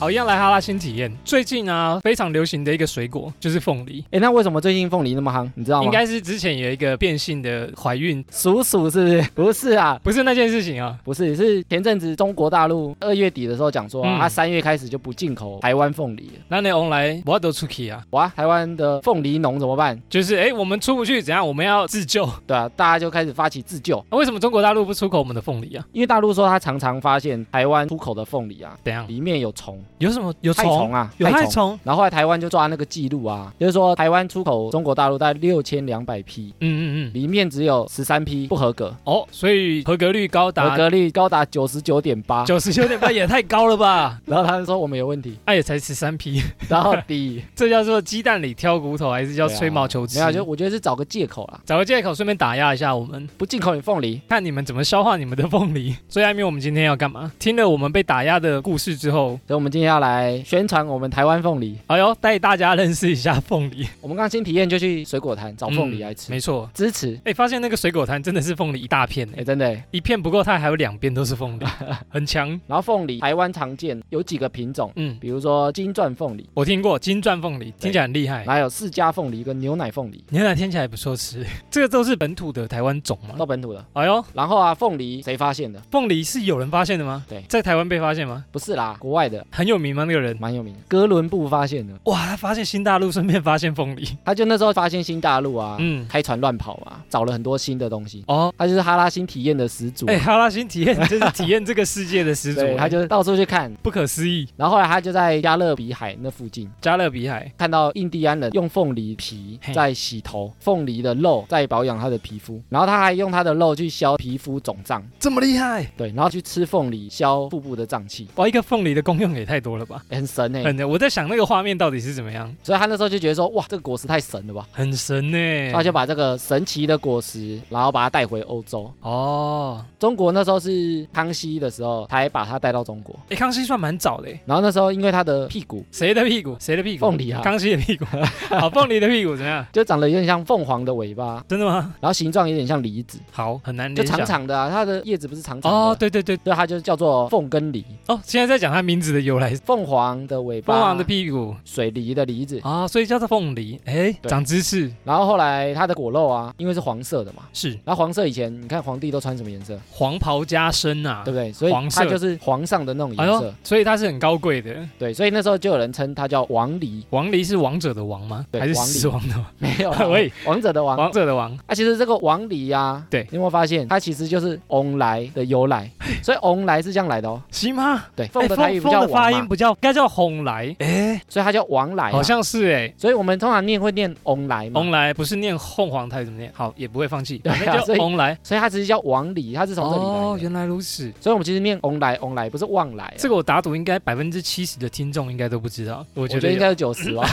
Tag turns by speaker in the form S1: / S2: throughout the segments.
S1: 好，一样来哈拉新体验。最近啊，非常流行的一个水果就是凤梨，
S2: 哎，那为什么最近凤梨那么夯？你知道吗？
S1: 应该是之前有一个变性的怀孕，
S2: 鼠鼠是不 是？不是啊，
S1: 不是那件事情啊。
S2: 不是，是前阵子中国大陆二月底的时候讲说
S1: 嗯
S2: 啊，它三、月开始就不进口台湾凤梨了。
S1: 那那 on 来我都出去啊，
S2: 哇，台湾的凤梨农怎么办？
S1: 就是哎、诶我们出不去，怎样？我们要自救。
S2: 对啊，大家就开始发起自救，
S1: 那为什么中国大陆不出口我们的凤梨啊？
S2: 因为大陆说他常常发现台湾出口的凤梨啊，
S1: 怎样？
S2: 里面有虫，
S1: 有什么有
S2: 害
S1: 虫？
S2: 虫啊，
S1: 有害。虫？
S2: 然后后来台湾就抓那个记录啊，就是说台湾出口中国大陆大概六千两百批，
S1: 嗯嗯嗯。
S2: 里面只有十三批不合格，
S1: 哦，所以合格率高
S2: 合
S1: 达
S2: 格率高达九十九点八。
S1: 九十九点八，也太高了吧？ 啊
S2: 然后他就说我们有问题，
S1: 那、也才十三批，
S2: 然后第
S1: 这叫做鸡蛋里挑骨头，还是叫吹毛求疵？
S2: 啊没有，就我觉得是找个借口啦，
S1: 找个借口顺便打压一下我们，
S2: 不进口你凤梨，
S1: 看你们怎么消化你们的凤梨。 所以艾米，我们今天要干嘛？听了我们被打压的故事之后，
S2: 所以我们今天要来宣传我们台湾凤梨。
S1: 哎呦，带大家认识一下凤 梨，嗯
S2: 我们刚新体验就去水果摊找凤梨来吃，
S1: 没错。
S2: 支持。
S1: 哎，发现那个水果摊真的是凤梨一大片呢、
S2: 哎、真的欸、
S1: 一片不够，它还有两边都是 凤梨，很强。
S2: 然后凤梨台湾常见有几个品种，
S1: 嗯，
S2: 比如说金钻凤梨，
S1: 我听过金钻凤梨，听起来很厉害。
S2: 还有释迦凤梨跟牛奶凤梨，
S1: 牛奶听起来不错吃，这个都是本土的台湾种吗
S2: 到？本土了。
S1: 哎呦，
S2: 然后啊，凤梨谁发现的？
S1: 凤梨是有人发现的吗？
S2: 对
S1: 在台湾被发现吗？
S2: 不是啦，国外的
S1: 很有名吗？那个人？
S2: 蛮有名的，哥伦布发现的。
S1: 哇，他发现新大陆，顺便发现凤梨。
S2: 他就那时候发现新大陆啊，
S1: 嗯，
S2: 开船乱跑啊，找了很多新的东西。
S1: 哦，
S2: 他就是哈拉新体验的始祖，
S1: 哎、哈拉新 体验真是体验这个世界的始祖
S2: 啊
S1: 哎
S2: 对，，他就到处去看。
S1: 不可思议。
S2: 然后后来他就在加勒比海那附近
S1: 加勒比海，
S2: 看到印第安人用凤梨皮
S1: 嘿
S2: 在洗头，凤梨的肉在保养他的皮肤，然后他还用他的肉去消皮肤肿胀，
S1: 这么厉害，
S2: 对，然后去吃凤梨消腹部的胀气，
S1: 哇，一个凤梨的功用也太多了吧？
S2: 欸很神哎、
S1: 很的，我在想那个画面到底是怎么样，
S2: 所以他那时候就觉得说，哇，这个果实太神了吧，
S1: 很神呢、
S2: 所以他就把这个神奇的果实，然后把它带回欧洲。
S1: 哦，
S2: 中国那时候是康熙的时候才把它带到中国，
S1: 哎、康熙算蛮早的耶，
S2: 然后那时候因为他的屁股
S1: 谁的屁股？谁的屁股？
S2: 凤梨啊
S1: 康熙的屁 股。好，凤梨的屁股怎么样？
S2: 就长得有点像凤凰的尾巴，
S1: 真的吗？
S2: 然后形状有点像梨子，
S1: 好，很难
S2: 就
S1: 联想。
S2: 长长的啊，它的叶子不是长长的。
S1: 哦，对对对，
S2: 所以它就叫做凤跟梨，
S1: 哦，现在在讲它名字的由来，
S2: 凤凰的尾巴，
S1: 凤凰的屁股
S2: 水梨的梨子。
S1: 啊、所以叫做凤梨。哎，
S2: 对
S1: 长知识
S2: 然后后来它的果肉啊，因为是黄色的嘛，
S1: 是
S2: 然后黄色以前你看皇帝都穿什么颜色，
S1: 黄袍加身啊
S2: 对。不对？所以
S1: 黄色
S2: 它就是皇上的那种
S1: 哎
S2: 颜色
S1: 呦，，所以它是很高贵的。
S2: 对，所以那时候就有人称它叫王梨，
S1: 王离是王者的王吗？
S2: 对
S1: 还是
S2: 王离
S1: 死亡的王？
S2: 没有
S1: 喂，
S2: 王者的王。
S1: 王者的王。
S2: 啊，其实这个王梨啊，
S1: 对
S2: 你有没有发现它其实就是翁来的由来，所以翁来是这样来的哦，
S1: 行吗？
S2: 对，
S1: 哎
S2: 凤的台语不
S1: 凤
S2: 叫
S1: 的发
S2: 王
S1: 音
S2: 嘛，
S1: 不叫，该叫红来。哎，
S2: 所以它叫王来啊，
S1: 好像是哎。
S2: 所以我们通常念会念翁来嘛，
S1: 红来不是念凤凰台怎么念？好，也不会放弃，
S2: 对啊
S1: 反正
S2: 所
S1: 叫
S2: 以
S1: 红来。
S2: 所以它其实叫王梨，它是从这里来的。
S1: 哦，原来如此。
S2: 所以我们其实念翁来翁来，不是望来啊、
S1: 这个我打赌应该百分之七十的听众应该都不知道，我
S2: 我
S1: 觉得
S2: 觉得应
S1: 有
S2: 该有九十吧，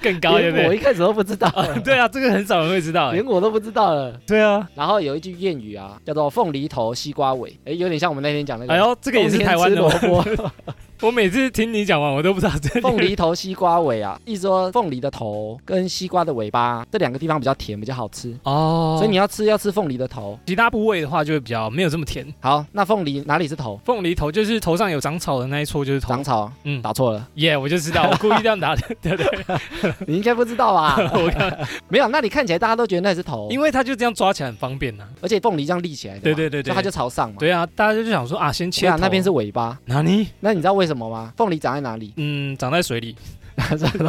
S1: 更 高，对不
S2: 连我
S1: 对？
S2: 一开始都不知 道，
S1: 对啊，这个很少人会知道。哎
S2: 连我都不知道了。
S1: 对啊，
S2: 然后有一句谚语啊，叫做“凤梨头，西瓜尾”，哎，有点像我们那天讲那个。
S1: 哎呦，这
S2: 这
S1: 个也是台湾的
S2: 萝
S1: 吗。
S2: 卜，
S1: 我每次听你讲完，我都不知道这
S2: 凤梨头西瓜尾啊，意思说凤梨的头跟西瓜的尾巴这两个地方比较甜，比较好吃，
S1: 哦，
S2: 所以你要吃要吃凤梨的头。
S1: 其他部位的话就会比较没有这么甜。
S2: 好，那凤梨哪里是头？
S1: 凤梨头就是头上有长草的那一撮就是头
S2: 长，草，
S1: 嗯
S2: 嗯，打 错了，
S1: 耶我就知 道，我故意这样打的，对对，
S2: 你应该不知道吧？
S1: 我看，
S2: 没有，那你看起来大家都觉得那是头，
S1: 因为它就这样抓起来很方便呐、
S2: 而且凤梨这样立起来的嘛，
S1: 对对对对
S2: 所以它就朝上嘛。
S1: 对啊，大家就想说啊，先切
S2: 哦对啊，
S1: 头
S2: 那边是尾巴，
S1: 哪里？？
S2: 那你知道为什么吗？凤梨长在哪里
S1: 嗯，长在水 里，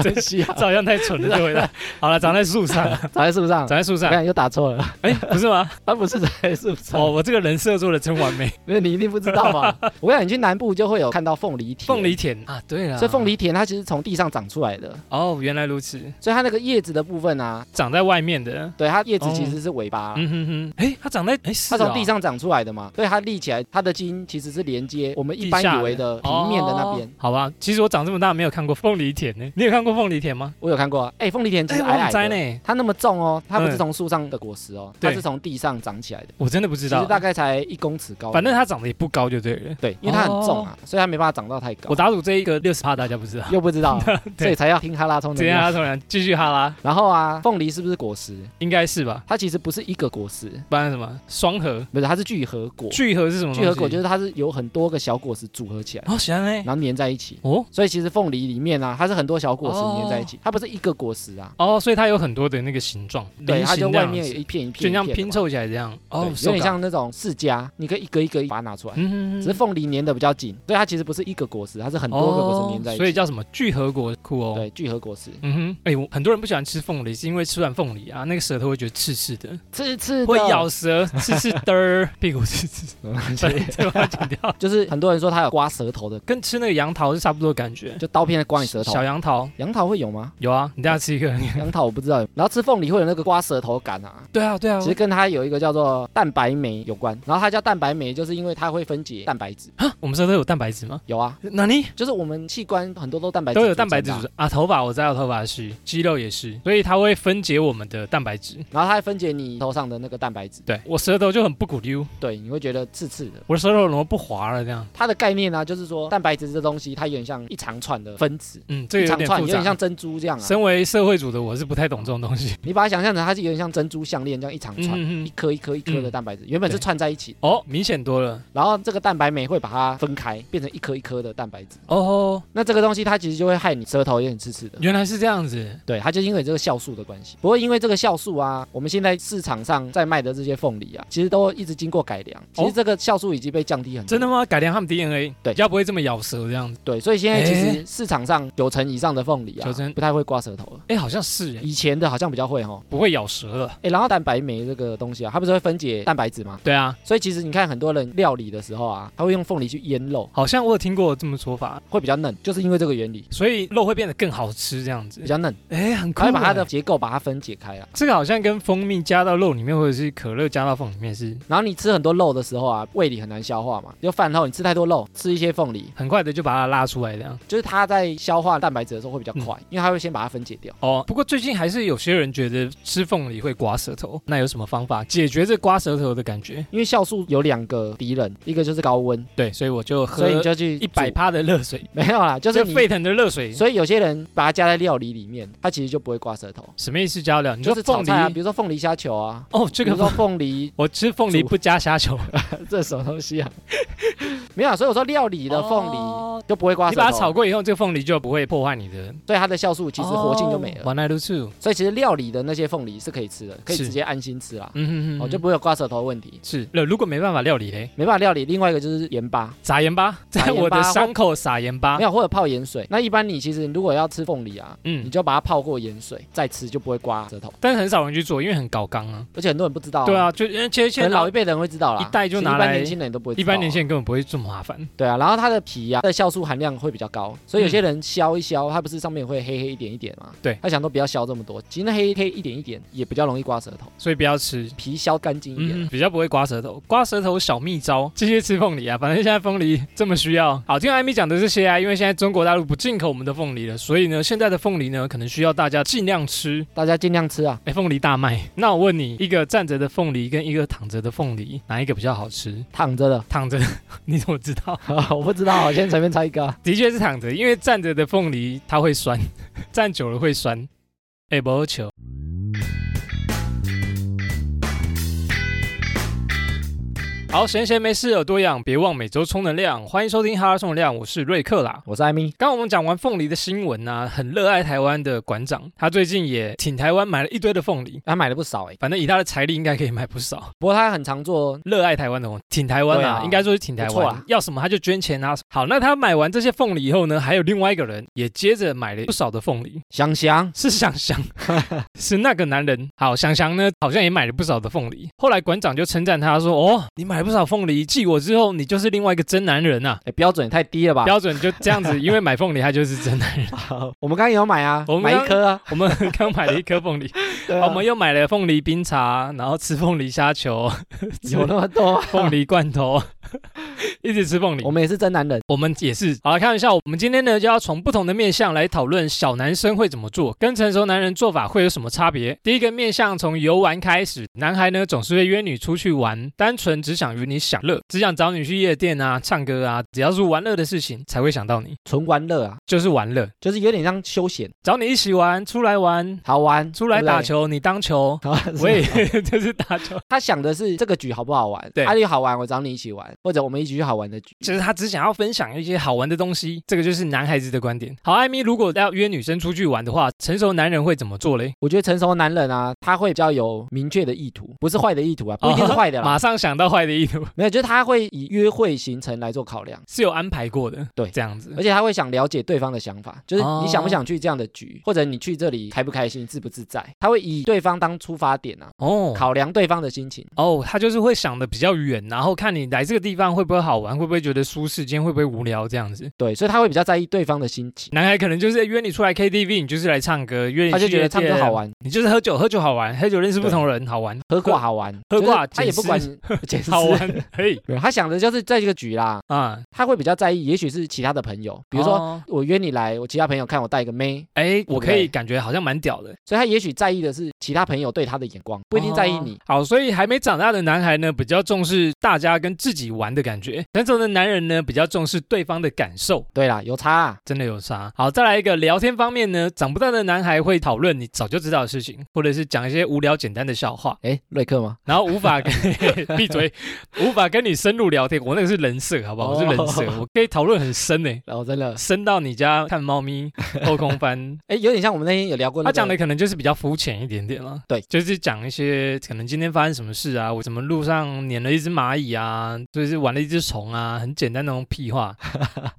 S2: 真西啊，
S1: 这好像太蠢了，对不对？好了，长在树上，
S2: 长在树
S1: 长
S2: 上。
S1: 在树
S2: 我
S1: 上，
S2: 看又打错了，
S1: 哎、不是 吗？
S2: 它不是长在树上，
S1: 哦，我这个人设做的真完 美。
S2: 那你一定不知 道嘛。我跟你讲，你去南部就会有看到凤梨田，
S1: 凤，梨田啊，对了，
S2: 所以凤梨田它其实从地上长出来的，
S1: 哦，原来如此，
S2: 所以它那个叶子的部分啊，
S1: 长在外面的，
S2: 对，它叶子其实是尾巴。
S1: 嗯哼哼，哎、它长在哎、是
S2: 它
S1: 哦
S2: 从地上长出来的嘛，所以它立起来，它的茎其实是连接我们一般
S1: 地下
S2: 以为的平面的那边
S1: 哦哦。好吧，其实我长这么大没有看过凤梨田呢、对，你有看过凤梨田吗？
S2: 我有看过啊，哎、凤梨田其
S1: 哎，
S2: 实
S1: 我
S2: 矮
S1: 很
S2: 矮
S1: 栽
S2: 的，
S1: 呢，
S2: 它那么重哦，它不
S1: 嗯
S2: 是从树上的果实哦，它
S1: 对
S2: 是从地上长起来的，
S1: 我真的不知
S2: 其
S1: 道
S2: 实。大概才一公尺高。
S1: 反正它长得也不高就对了。
S2: 对，因为它很重啊，所以它没办法长到太高
S1: 我。打赌这一个六十趴大家不知道。
S2: 又不知道，
S1: 对啊
S2: 所以才要听哈拉充
S1: 直
S2: 能
S1: 接
S2: 量。
S1: 哈突然继续哈拉，
S2: 然后啊，凤梨是不是果实？
S1: 应该是吧？
S2: 它其实不是一个果实，
S1: 不然什么双核？
S2: 不是，它是聚合果。
S1: 聚合是什么东西？哦
S2: 聚合果就是它是有很多个小果实组 合起来，
S1: 好喜欢嘞。
S2: 然后粘在一起。
S1: 哦
S2: 所以其实凤梨里面啊，它是很多小果实粘在一起，它不是一个果实啊。
S1: 哦，所以它有很多的那个形状，
S2: 对，
S1: 菱
S2: 它就
S1: 形那
S2: 外
S1: 样
S2: 面有
S1: 子
S2: 一片一
S1: 就
S2: 片一片的
S1: 像
S2: 嘛，
S1: 拼凑起来这样。
S2: 对，
S1: 哦，
S2: 有点
S1: so-ga，
S2: 像那种释迦，你可以一个一个把它拿出来。
S1: 嗯，嗯，嗯
S2: 只是凤梨粘的比较紧，所以它其实不是一个果实，它是很多个果实粘在一
S1: 哦
S2: 起。
S1: 所以叫什么聚合果酷哦。
S2: 对聚合果实，
S1: 嗯哼，哎、我很多人不喜欢吃凤梨，是因为吃完凤梨啊，那个舌头会觉得刺刺的，
S2: 刺刺的
S1: 会咬舌，刺刺的 儿，屁股刺刺，
S2: 嗯
S1: 这个我要剪掉，
S2: 就是很多人说它有刮舌头的，
S1: 跟吃那个杨桃是差不多的感觉。
S2: 就刀片刮你舌头。
S1: 小杨桃
S2: 杨桃会有吗？
S1: 有啊，你等下吃一个。
S2: 杨桃我不知道有，然后吃凤梨会有那个刮舌头感啊。
S1: 对啊，对啊
S2: 其，实跟它有一个叫做蛋白酶有关，然后它叫蛋白酶，就是因为它会分解蛋 白质。
S1: 啊我们舌头有蛋白质吗？
S2: 有啊，
S1: 哪里
S2: 就是我们器官很多都蛋白质
S1: 都有蛋白质
S2: 组
S1: 组
S2: 成的
S1: 成
S2: 啊
S1: 啊？头发我知道，头发是，肌肉也是，所以它会分解我们的蛋白质。
S2: 然后它会分解你头上的那个蛋白质，
S1: 对我舌头就很不鼓溜，
S2: 对，你会觉得刺刺的。
S1: 我的舌头怎么不滑了这样？
S2: 它的概念呢、就是说蛋白质这东西，它有点像一长串的分子，
S1: 嗯，这个有
S2: 一长
S1: 点
S2: 串
S1: 复
S2: 有点
S1: 杂
S2: 像。珍珠这样啊。
S1: 身为社会主的我是不太懂这种东西。
S2: 你把它想象成它是有点像珍珠项链这样一长串，
S1: 嗯嗯
S2: 一
S1: 嗯
S2: 颗一颗一颗的蛋白质，原本是
S1: 对
S2: 串在一起，
S1: 哦，明显多了
S2: 然后这个蛋白酶会把它分开，变成一颗一颗的蛋白质。
S1: 哦，
S2: 那这个东西它其实就会害你舌头有点刺刺的。
S1: 原来是这样子。
S2: 对，它就是因为这个酵素的关系。不过因为这个酵素啊，我们现在市场上在卖的这些凤梨啊，其实都一直经过改良。其实这个酵素已经被降低很
S1: 哦
S2: 多。
S1: 真的？吗？改良他们 DNA，
S2: 对
S1: 比较不会这么咬舌这样子。
S2: 对，所以现在其实市场上九成以上的凤梨啊
S1: 九成，
S2: 不太会刮舌头了。
S1: 哎、好像是耶，
S2: 以前的好像比较会哦。
S1: 不会咬舌了。
S2: 哎，然后蛋白酶这个东西啊，它不是会分解蛋白质吗？
S1: 对啊，
S2: 所以其实你看很多人料理的时候啊，他会用凤梨去腌肉，
S1: 好像我有听过这么说法，
S2: 会比较嫩，就是因为这个原理，
S1: 所以肉会变得更好吃这样子
S2: 比。较嫩，
S1: 哎、很酷
S2: 它
S1: 耶。
S2: 会把它的结构把它分解开啊。
S1: 这个好像跟蜂蜜加到肉里面，或者是可乐加到凤里面是
S2: 然后你吃很多肉的时候啊，胃里很难消化嘛，就饭后你吃太多肉，吃一些凤梨，
S1: 很快的就把它拉出来这样。
S2: 就是它在消化蛋白质的时候会比较
S1: 嗯
S2: 快，因为它会先把它分解掉。
S1: 哦，不过最近还是有些人觉得吃凤梨会刮舌头，那有什么方法解决这刮舌头的感觉？
S2: 因为酵素有两个敌人，一个就是高温，
S1: 对，所以我就喝
S2: 所以 你就去
S1: 一百
S2: 煮
S1: 趴的热水，
S2: 没有啦，就
S1: 就是是
S2: 你。
S1: 沸腾的热水。
S2: 所以有些人把它加在料理里面，它其实就不会刮舌头。
S1: 什么意思？加料？你
S2: 就
S1: 说
S2: 是
S1: 凤
S2: 炒
S1: 梨？
S2: 菜啊，比如说凤梨虾球啊，
S1: 哦，这
S2: 比
S1: 个
S2: 如说
S1: 凤
S2: 凤梨
S1: 我吃凤梨不加虾 球，
S2: 这什么东西啊？ 没有啊，所以我说料理的凤梨
S1: 哦
S2: 就不会刮
S1: 你
S2: 舌
S1: 把它
S2: 头
S1: 炒
S2: 啊，
S1: 过以后，这个凤梨就不会破坏你的。
S2: 对它的酵素其实活性就没了。
S1: 哦原来如此，
S2: 所以其实料理的那些凤梨是可以吃的，可以
S1: 是
S2: 直接安心吃啦，
S1: 嗯哼哼哼，
S2: 哦就不会有刮舌头的问题。
S1: 是。那如果没办法料理嘞，
S2: 没办法料理，另外一个就是盐巴，
S1: 撒盐巴，
S2: 撒
S1: 在
S2: 盐巴
S1: 我的伤口撒盐巴
S2: 没。有或者泡盐水。那一般你其实如果要吃凤梨啊，你
S1: 嗯，
S2: 就把它泡过盐水再吃，就不会刮舌头。
S1: 但是很少人去做，因为很搞刚啊。
S2: 而且很多人不知道、
S1: 对，啊，就因为切
S2: 可
S1: 切
S2: 能老
S1: 老
S2: 一辈的人会知道啦，
S1: 一袋就
S2: 其实
S1: 拿
S2: 一般
S1: 来
S2: 年轻人都不会知道啊、
S1: 一般年轻人根本不会这么麻烦。
S2: 对啊，然后它的皮啊，的酵素含量会比较高，所以有些人削一削，它不是上面会黑黑一点一点嘛？
S1: 对
S2: 他想说不要削这么多，其实那黑黑一点一点也比较容易刮舌头，
S1: 所以不要吃。
S2: 皮削干净一点。
S1: 嗯，比较不会刮舌头，刮舌头小秘招，嗯继续吃凤梨啊！反正现在凤梨这么需要。好，听艾米讲的这些啊，因为现在中国大陆不进口我们的凤梨了，所以呢，现在的凤梨呢，可能需要大家尽量吃。
S2: 大家尽量吃啊，
S1: 哎，凤梨大卖。那我问你，一个站着的凤梨跟一个躺着的凤梨，哪一个比较好吃？
S2: 躺着的，
S1: 躺着的， 你怎么知道？
S2: 我不知道，我先随便猜一个啊。
S1: 的确是躺着，因为站着的凤梨它会酸，站久了会酸。哎，不好球。好，闲闲没事有多养，别忘每周充能量。欢迎收听《哈拉充能量》，我是瑞克啦。
S2: 我是艾米，
S1: 刚刚我们讲完凤梨的新闻啊，很热爱台湾的馆长，他最近也挺台湾买了一堆的凤梨，
S2: 他买了不少哎、
S1: 反正以他的财力应该可以买不少。
S2: 不过他很常做，
S1: 热爱台湾的，挺台湾
S2: 对
S1: 啦、
S2: 啊
S1: 应该说是挺台
S2: 不错
S1: 湾、
S2: 啊
S1: 要什么他就捐钱啊。好，那他买完这些凤梨以后呢，还有另外一个人也接着买了不少的凤梨，
S2: 香香
S1: 是想 想，是那个男人。好，想想呢好像也买了不少的凤梨。后来馆长就称赞他说：“哦，你买买不少凤梨，寄我之后，你就是另外一个真男人呐、
S2: 哎，标准也太低了吧？
S1: 标准就这样子，因为买凤梨他就是真男人。
S2: 我们刚刚有买啊
S1: 我，们
S2: 买
S1: 刚
S2: 一颗啊，
S1: 我们刚买了一颗凤梨，
S2: 对啊
S1: 我们又买了凤梨冰茶，然后吃凤梨虾球，
S2: 有那么多吗？
S1: 凤梨罐 头，一直吃凤梨
S2: 我。们也是真男人，
S1: 我们也是，好了，开玩笑。我们今天呢，就要从不同的面向来讨论小男生会怎么做，跟成熟男人做法会有什么差别。第一个面向从游玩开始，男孩呢总是会约你出去玩，单纯只想与你享乐，只想找你去夜店啊、唱歌啊，只要是玩乐的事情才会想到你，
S2: 纯玩乐啊，
S1: 就是玩乐，
S2: 就是有点像休闲，
S1: 找你一起玩，出来玩，
S2: 好玩，
S1: 出来
S2: 对不对
S1: 打。球，你当球，
S2: 好玩
S1: 我也 就是打球。
S2: 他想的是这个局好不好玩？
S1: 对
S2: 阿丽好玩，我找你一起玩，或者我们一起去好玩的局。
S1: 就是他只想要分享一些好玩的东西，这个就是男孩子的观点。好，艾米，如果要约女生出去玩的话，成熟男人会怎么做嘞？
S2: 我觉得成熟男人啊，他会比较有明确的意图，不是坏的意图啊，不一定是坏的啦，
S1: 马上想到坏的意图，
S2: 没有，就是他会以约会行程来做考量。
S1: 是有安排过的，
S2: 对
S1: 这样子
S2: 而。且他会想了解对方的想法，就是
S1: 哦
S2: 你想不想去这样的局，或者你去这里开不开心、自不自在，他会以对方当出发点啊，
S1: 哦，
S2: 考量对方的心情。
S1: 哦，他就是会想的比较远，然后看你来这个地方会不会好玩，会不会觉得舒适，今天会不会无聊这样子。
S2: 对，所以他会比较在意对方的心情，
S1: 男孩可能就是哎约你出来 KTV，你就是来唱歌，约你
S2: 他就
S1: 去
S2: 觉
S1: 夜
S2: 得唱歌
S1: 店
S2: 好，玩，
S1: 你就是喝酒，喝酒好玩，喝酒认识不同人好玩，
S2: 喝挂好玩，
S1: 喝挂
S2: 就是他也不管你， 解释
S1: 好。玩，嘿
S2: 没有他想的就是在这个局啦，
S1: 啊，
S2: 他会比较在意，也许是其他的朋友， 比如说、
S1: 哦，
S2: 我约你来，我其他朋友看我带一个妹，
S1: 哎，我可
S2: 对
S1: 以
S2: 不对
S1: 感觉好像蛮屌的，
S2: 所以他也许在意的是其他朋友对他的眼光，不一定在意你。
S1: 哦好，所以还没长大的男孩呢，比较重视大家跟自己玩的感觉；成熟的男人呢，比较重视对方的感受。
S2: 对啦，有差、啊，
S1: 真的有差。好，再来一个聊天方面呢，长不大的男孩会讨论你早就知道的事情，或者是讲一些无聊简单的笑话，
S2: 哎，瑞克吗？
S1: 然后无法跟 闭嘴，无法跟你深入聊天。我那个是人设，好不好？我是人设，
S2: 哦
S1: 我可以讨论很深呢、
S2: 然后真的，
S1: 深到你家看猫 咪后空翻，
S2: 哎，有点像我们那天有聊过、那
S1: 他
S2: 个
S1: 讲的可能就是比较肤浅一点点了。
S2: 对
S1: 就是讲一些可能今天发生什么事啊，我怎么路上撵了一只蚂蚁啊，就是玩了一只虫啊，很简单那种屁 话。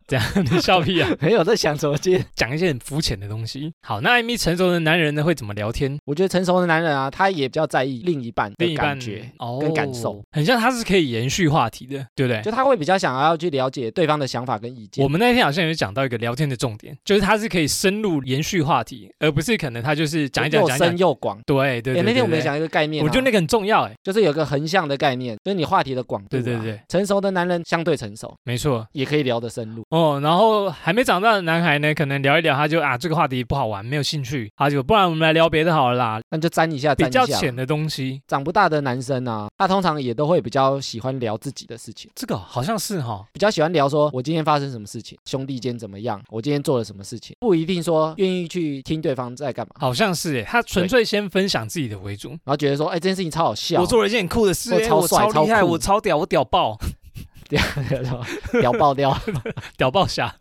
S1: 这样你笑屁啊？
S2: 没有在想什么接。
S1: 讲一些很肤浅的东西。好，那艾米成熟的男人呢会怎么聊天？
S2: 我觉得成熟的男人啊，他也比较在意另一半
S1: 另
S2: 的
S1: 一
S2: 感
S1: 半
S2: 觉，
S1: 哦
S2: 跟感受，
S1: 很像他是可以延续话题的，对不对？
S2: 就他会比较想要去了解对方的想法跟意见。
S1: 我们那天好像有讲到一个聊天的重点，就是他是可以深入延续话题，而不是可能他就是讲一讲
S2: 又
S1: 讲一
S2: 深
S1: 讲。
S2: 又广。
S1: 对对
S2: 哎，
S1: 对，
S2: 那天我
S1: 对
S2: 们
S1: 对
S2: 讲一个概念啊、
S1: 我觉得那个很重要，哎，
S2: 就是有个横向的概念，就是你话题的广度、啊。
S1: 对对对，
S2: 成熟的男人相对成熟，
S1: 没错。
S2: 也可以聊得深入。
S1: 哦，然后还没长大的男孩呢，可能聊一聊他就啊这个话题不好玩，没有兴趣，他就不然我们来聊别的好了 啦，
S2: 那就沾一下，
S1: 比
S2: 沾一
S1: 较
S2: 下。
S1: 浅的东西。
S2: 长不大的男生啊，他通常也都会比较喜欢聊自己的事情，
S1: 这个好像是哈、
S2: 比较喜欢聊说我今天发生什么事情，兄弟间怎么样，我今天做了什么事情，不一定说愿意去听对方在干嘛，
S1: 好像是哎，他纯粹先分享自己的为主。
S2: 然后觉得说，哎，这件事情超好笑，
S1: 我做了一件很酷的事，
S2: 我
S1: 欸
S2: 超
S1: 我
S2: 帅
S1: 超厉害，
S2: 超酷
S1: 我超屌，我屌爆，
S2: 聊爆掉，
S1: 屌爆侠。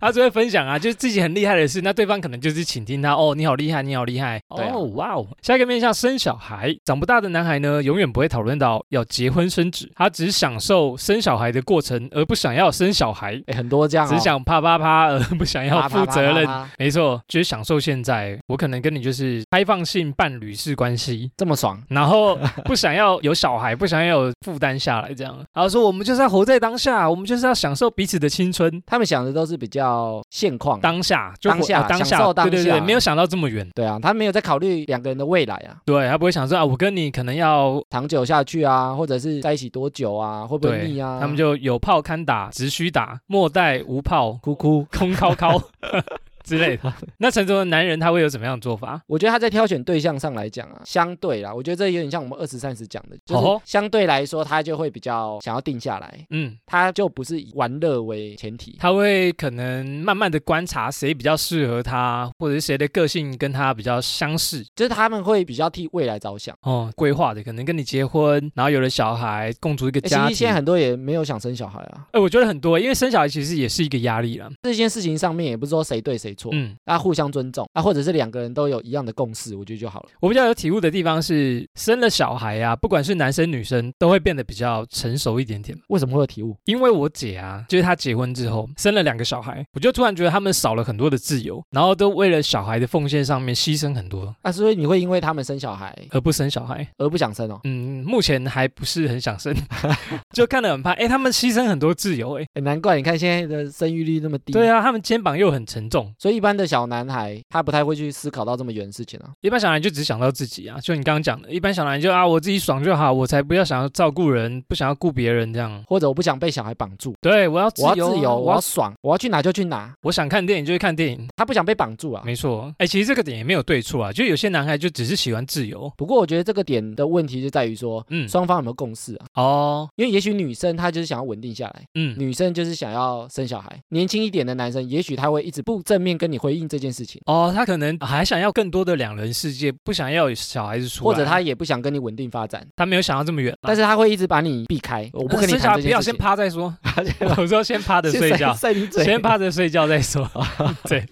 S1: 他只会分享啊，就是自己很厉害的事，那对方可能就是倾听他哦，你好厉害，你好厉害，
S2: 对啊
S1: 哦哇哦。下一个面向生小孩，长不大的男孩呢，永远不会讨论到要结婚生子，他只享受生小孩的过程，而不想要生小孩，
S2: 哎，很多这样、哦，
S1: 只想啪啪啪， 而不想要
S2: 啪啪
S1: 负
S2: 啪
S1: 责任
S2: 啪。啪
S1: 没错，就是享受现在。我可能跟你就是开放性伴侣式关系，
S2: 这么爽，
S1: 然后不想要有小孩，不想要有负担下来，这样。然后说我们就是要活在当下，我们就是要享受彼此的青春，
S2: 他们想的都是比较现况，
S1: 当下就活
S2: 当下
S1: 呃当
S2: 享
S1: 下，
S2: 受当
S1: 对
S2: 下
S1: 对对，没有想到这么远。
S2: 对啊，他没有在考虑两个人的未来啊，
S1: 对他不会想说啊，我跟你可能要
S2: 长久下去啊，或者是在一起多久啊，会不会
S1: 对
S2: 腻，啊？
S1: 他们就有炮堪打，直须打，莫待无炮
S2: 哭哭。
S1: 空敲敲 之类的。那成熟的男人他会有怎么样的做法？
S2: 我觉得他在挑选对象上来讲啊，相对啦，我觉得这有点像我们二十三十讲的，就
S1: 哦
S2: 是相对来说，他就会比较想要定下来，
S1: 嗯，
S2: 他就不是以玩乐为前提。
S1: 他会可能慢慢的观察谁比较适合他，或者是谁的个性跟他比较相似，
S2: 就是他们会比较替未来着想，
S1: 哦，规划的可能跟你结婚，然后有了小孩，共组一个
S2: 欸诶其
S1: 家
S2: 实现
S1: 庭。
S2: 在
S1: 呃
S2: 很多也没有想生小孩啊，
S1: 哎，我觉得很多，因为生小孩其实也是一个压力啦。
S2: 这件事情上面也不是说谁对谁错，
S1: 嗯，
S2: 啊，互相尊重啊，或者是两个人都有一样的共识，我觉得就好了。
S1: 我比较有体悟的地方是，生了小孩啊，不管是男生女生，都会变得比较成熟一点点。
S2: 为什么会有体悟？
S1: 因为我姐啊，就是她结婚之后生了两个小孩，我就突然觉得他们少了很多的自由，然后都为了小孩的奉献上面牺牲很多，
S2: 啊，所以你会因为他们生小孩
S1: 而不生小孩。
S2: 而不想生哦？
S1: 嗯，目前还不是很想生， 就看得很怕。哎、他们牺牲很多自由、哎，
S2: 哎，难怪你看现在的生育率那么低。
S1: 对
S2: 啊，
S1: 啊，他们肩膀又很沉重。
S2: 所以一般的小男孩他不太会去思考到这么远的事情啊。
S1: 一般小孩就只想到自己啊，就你刚刚讲的，一般小孩就啊，我自己爽就好，我才不要想要照顾人，不想要顾别人这样。
S2: 或者我不想被小孩绑住，
S1: 对，我要自由
S2: 我
S1: 啊，
S2: 要自由，我
S1: 我
S2: 要
S1: 要
S2: 爽，我要去哪就去哪，
S1: 我想看电影就去看电影，
S2: 他不想被绑住啊。
S1: 没错。哎，其实这个点也没有对错啊，就有些男孩就只是喜欢自由。
S2: 不过我觉得这个点的问题就在于说，
S1: 嗯，
S2: 双方有没有共识啊？
S1: 哦，
S2: 因为也许女生她就是想要稳定下来，
S1: 嗯，
S2: 女生就是想要生小孩，年轻一点的男生也许他会一直不正面跟你回应这件事情，
S1: 哦，他可能还想要更多的两人世界，不想要有小孩子出
S2: 或
S1: 来，
S2: 者他也不想跟你稳定发展，
S1: 他没有想到这么远啊，
S2: 但是他会一直把你避开，我不跟你
S1: 生小
S2: 谈
S1: 孩
S2: 这
S1: 不要
S2: 件事
S1: 先
S2: 情。
S1: 趴再说， 我说 先趴着
S2: 先
S1: 睡
S2: 塞
S1: 觉。
S2: 塞你嘴，
S1: 先趴着睡觉再说，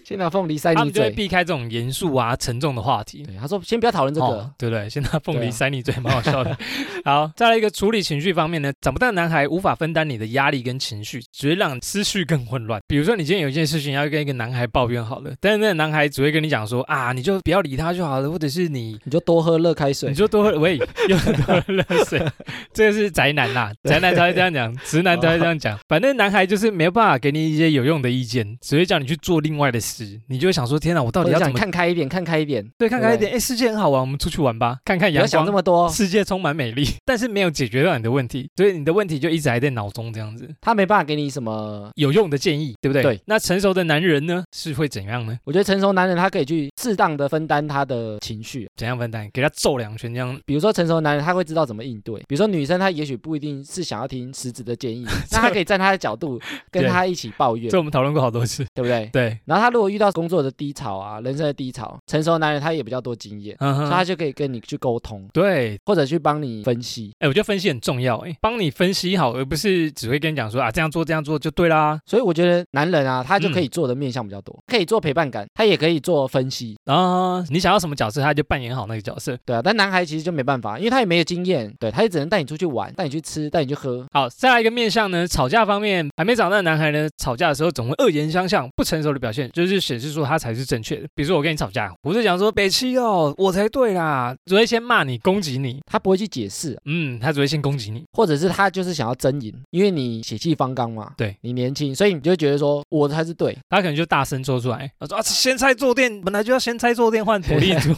S2: 先拿凤梨塞
S1: 他
S2: 哎你
S1: 啊们就会
S2: 嘴。
S1: 避开这种严肃啊、沉重的话题。
S2: 对，他说先不要讨论这个
S1: 哦，，对不对？先拿凤
S2: 对
S1: 梨
S2: 啊
S1: 塞你嘴，蛮好笑的。 好，再来一个处理情绪方面呢，长不大的男孩无法分担你的压力跟情绪，只会让思绪更混乱。比如说，你今天有一件事情要跟一个男孩抱怨好了，但是那个男孩只会跟你讲说啊，你就不要理他就好了，或者是你。
S2: 你就多喝热开水
S1: 你。就多喝，喂， 又多喝热 水，这个是宅男啦，宅男才会这样讲，直男才会这样
S2: 哦
S1: 讲。反正男孩就是没有办法给你一些有用的意见，只会叫你去做另外的事，你就会想说，天哪，我到
S2: 我
S1: 底要怎
S2: 想
S1: 么？
S2: 看开一点，看开一点，
S1: 对，看看一
S2: 对
S1: 点，哎，世界很好玩，我们出去玩吧，看看阳
S2: 不要
S1: 光。
S2: 想这么多。
S1: 世界充满美丽， 但是没有解决到你的问题，所以你的问题就一直还在脑中这样子。
S2: 他没办法给你什么。
S1: 有用的建议，对不对？
S2: 对。
S1: 那成熟的男人呢，是会怎样呢？
S2: 我觉得成熟男人他可以去适当的分担他的情绪，
S1: 怎样分担？给他揍两拳这样？
S2: 比如说成熟男人他会知道怎么应对，比如说女生她也许不一定是想要听实质 的建议，那他可以站她的角度跟
S1: 对
S2: 他一起抱怨，
S1: 这我们讨论过好多 次。
S2: 对不对？
S1: 对，
S2: 然后他如果遇到工作的低潮啊，人生的低潮，成熟男人他也比较多经验，
S1: 嗯
S2: 所以他
S1: 哼。
S2: 就可以跟你去沟通，
S1: 对，
S2: 或者去帮你分析。
S1: 哎，我觉得分析很重要，哎，帮你分析好，而不是只会跟你讲说啊这样做这样做就对啦，
S2: 所以我觉得男人啊，他就可以做的面向比较多，可以做陪伴感，他也可以做分析，
S1: 啊，你想要什么角色他就扮演好那个角色。
S2: 对啊。但男孩其实就没办法，因为他也没有经验，对，他也只能带你出去玩，带你去吃，带你去喝，
S1: 好，再来一个面向呢，吵架方面，还没长大的男孩呢，吵架的时候总会恶言相向，不成熟的表现就是显示说他才是正确的。比如说我跟你吵架，我是讲说北七哦，我才对啦，只会先骂你，攻击你，
S2: 他不会去解释，
S1: 嗯，他只会先攻击你，
S2: 或者是他就是想要争赢，因为你血气方刚嘛，
S1: 对
S2: 你年轻，所以你就会觉得说我才 是对，
S1: 他可能就大声说出来，他说啊，先拆坐垫，本来就要先拆坐垫换火力柱，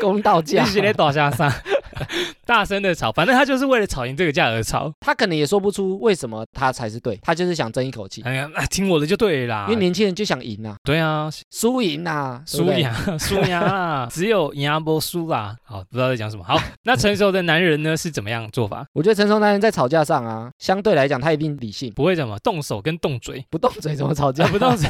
S2: 公道
S1: 一
S2: 价。
S1: 起来倒下山， 大声的吵，反正他就是为了吵赢这个架而吵，
S2: 他可能也说不出为什么他才是对，他就是想争一口气，
S1: 哎呀，啊听我的就对了啦，
S2: 因为年轻人就想赢啊，
S1: 对啊，
S2: 输赢啊，对
S1: 输
S2: 不对
S1: 赢 输赢啦，只有赢波输啦。好，不知道在讲什么。好，那成熟的男人呢是怎么样做法？
S2: 我觉得成熟男人在吵架上啊，相对来讲他一定理性，
S1: 不会怎么动手跟动嘴，
S2: 不动嘴怎么吵架？
S1: 啊、不动 嘴，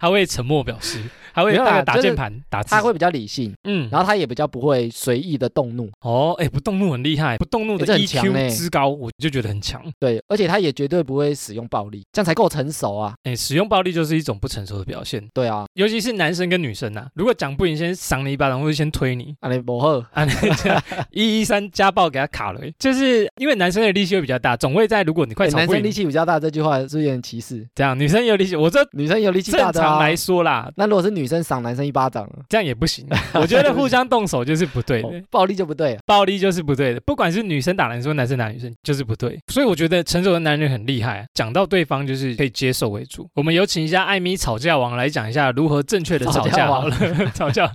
S1: 他会沉默表示，还会
S2: 没有
S1: 大
S2: 啦
S1: 概打
S2: 就是
S1: 键盘、打字。
S2: 他会比较理性，
S1: 嗯，
S2: 然后他也比较不会随意的动怒，
S1: 哦，哎、不动怒很厉害，不动怒
S2: 诶这
S1: 的
S2: 很强欸
S1: EQ 之高，我就觉得很强。
S2: 对，而且他也绝对不会使用暴力，这样才够成熟啊。
S1: 哎、使用暴力就是一种不成熟的表现，
S2: 对啊，
S1: 尤其是男生跟女生啊，如果讲不赢，先赏你一巴掌，或者先推 你。
S2: 安尼不好，
S1: 啊，那个一一三家暴给他卡了，就是因为男生的力气会比较大，总会在如果你快
S2: 欸
S1: 吵
S2: 男
S1: 不
S2: 生力
S1: 赢，
S2: 气比较大这句话是不是有点歧视？
S1: 这样女生有力气，我这
S2: 女生有力气大
S1: 正
S2: 的
S1: 常
S2: 啊。
S1: 来说啦，
S2: 那如果是女生赏男生一巴掌呢，
S1: 这样也不 行。我觉得互相动手就是不对
S2: 哦
S1: 的，
S2: 暴力就不对了。
S1: 暴力就是不对的，不管是女生打男生，男生打女生就是不对。所以我觉得成熟的男人很厉害，讲到对方就是可以接受为主。我们有请一下艾米吵架王来讲一下如何正确的吵
S2: 吵
S1: 架
S2: 架
S1: 好
S2: 王
S1: 了。 吵架，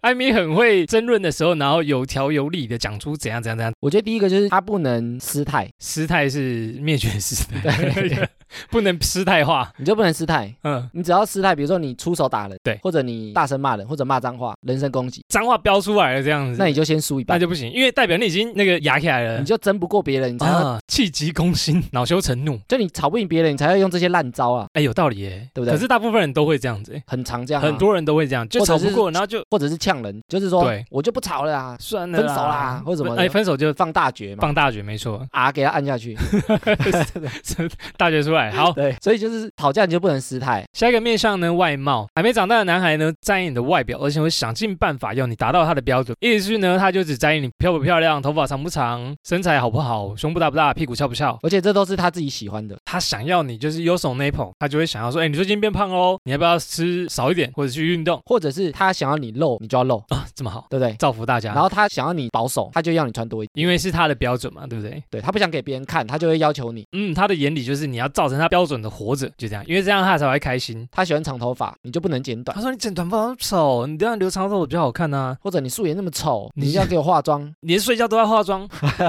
S1: 艾米很会争论的时候，然后有条有理的讲出怎样怎样怎样，
S2: 我觉得第一个就是他不能失态，
S1: 失态是灭绝师 态， 不能失态化。
S2: 你就不能失态。
S1: 嗯，
S2: 你只要失态，比如说你出手打人，
S1: 对
S2: 或者你大声骂人，或者骂脏话、人身攻击，
S1: 脏话飙出来了这样子，
S2: 那你就先输一
S1: 那
S2: 半，
S1: 就不行，因为代表你已经那个压起来了
S2: 你。就争不过别人，你才要、
S1: 啊，气急攻心，恼羞成怒，
S2: 就你吵不赢别人，你才要用这些烂招啊，
S1: 哎，有道理耶，
S2: 对不对
S1: 可是大部分人都会这样子耶，
S2: 很常这样、
S1: 很，多人都会这样，就
S2: 或者
S1: 吵
S2: 是
S1: 不过，然后就
S2: 或者是呛人，就是说
S1: 对
S2: 我就不吵了啊，
S1: 算了，
S2: 分手啦或什么的啊
S1: 哎，分手就
S2: 放大绝嘛，
S1: 放大绝，没错，
S2: 啊给他按下去，
S1: 大绝出来来。 好，
S2: 对，所以就是吵架你就不能失态，
S1: 下一个面向呢，外貌。还没长大的男孩呢，在意你的外表，而且会想尽办法要你达到他的标准。意思是呢，他就只在意你漂不漂亮、头发长不长、身材好不好、胸部大不大、屁股翘不翘。
S2: 而且这都是他自己喜欢的。
S1: 他想要你就是有手 n a p e 他就会想要说，哎、你最近变胖喽，你要不要吃少一点，或者去运动
S2: 或者是他想要你露，你就要露，
S1: 啊？这么好，
S2: 对不对？
S1: 造福大家。
S2: 然后他想要你保守，他就要你穿多一点。
S1: 因为是他的标准嘛，对不对？
S2: 对他不想给别人看，他就会要求你。
S1: 嗯，他的眼里就是你要照成他标准的活着，就这样，因为这样他才会开心。
S2: 他喜欢长头发，你就不能剪短
S1: 他，说你剪短发很丑，你这样留长头发比较好看呐、
S2: 或者你素颜那么丑，
S1: 你
S2: 你一定要给我 化妆。
S1: 你连睡觉都要化妆，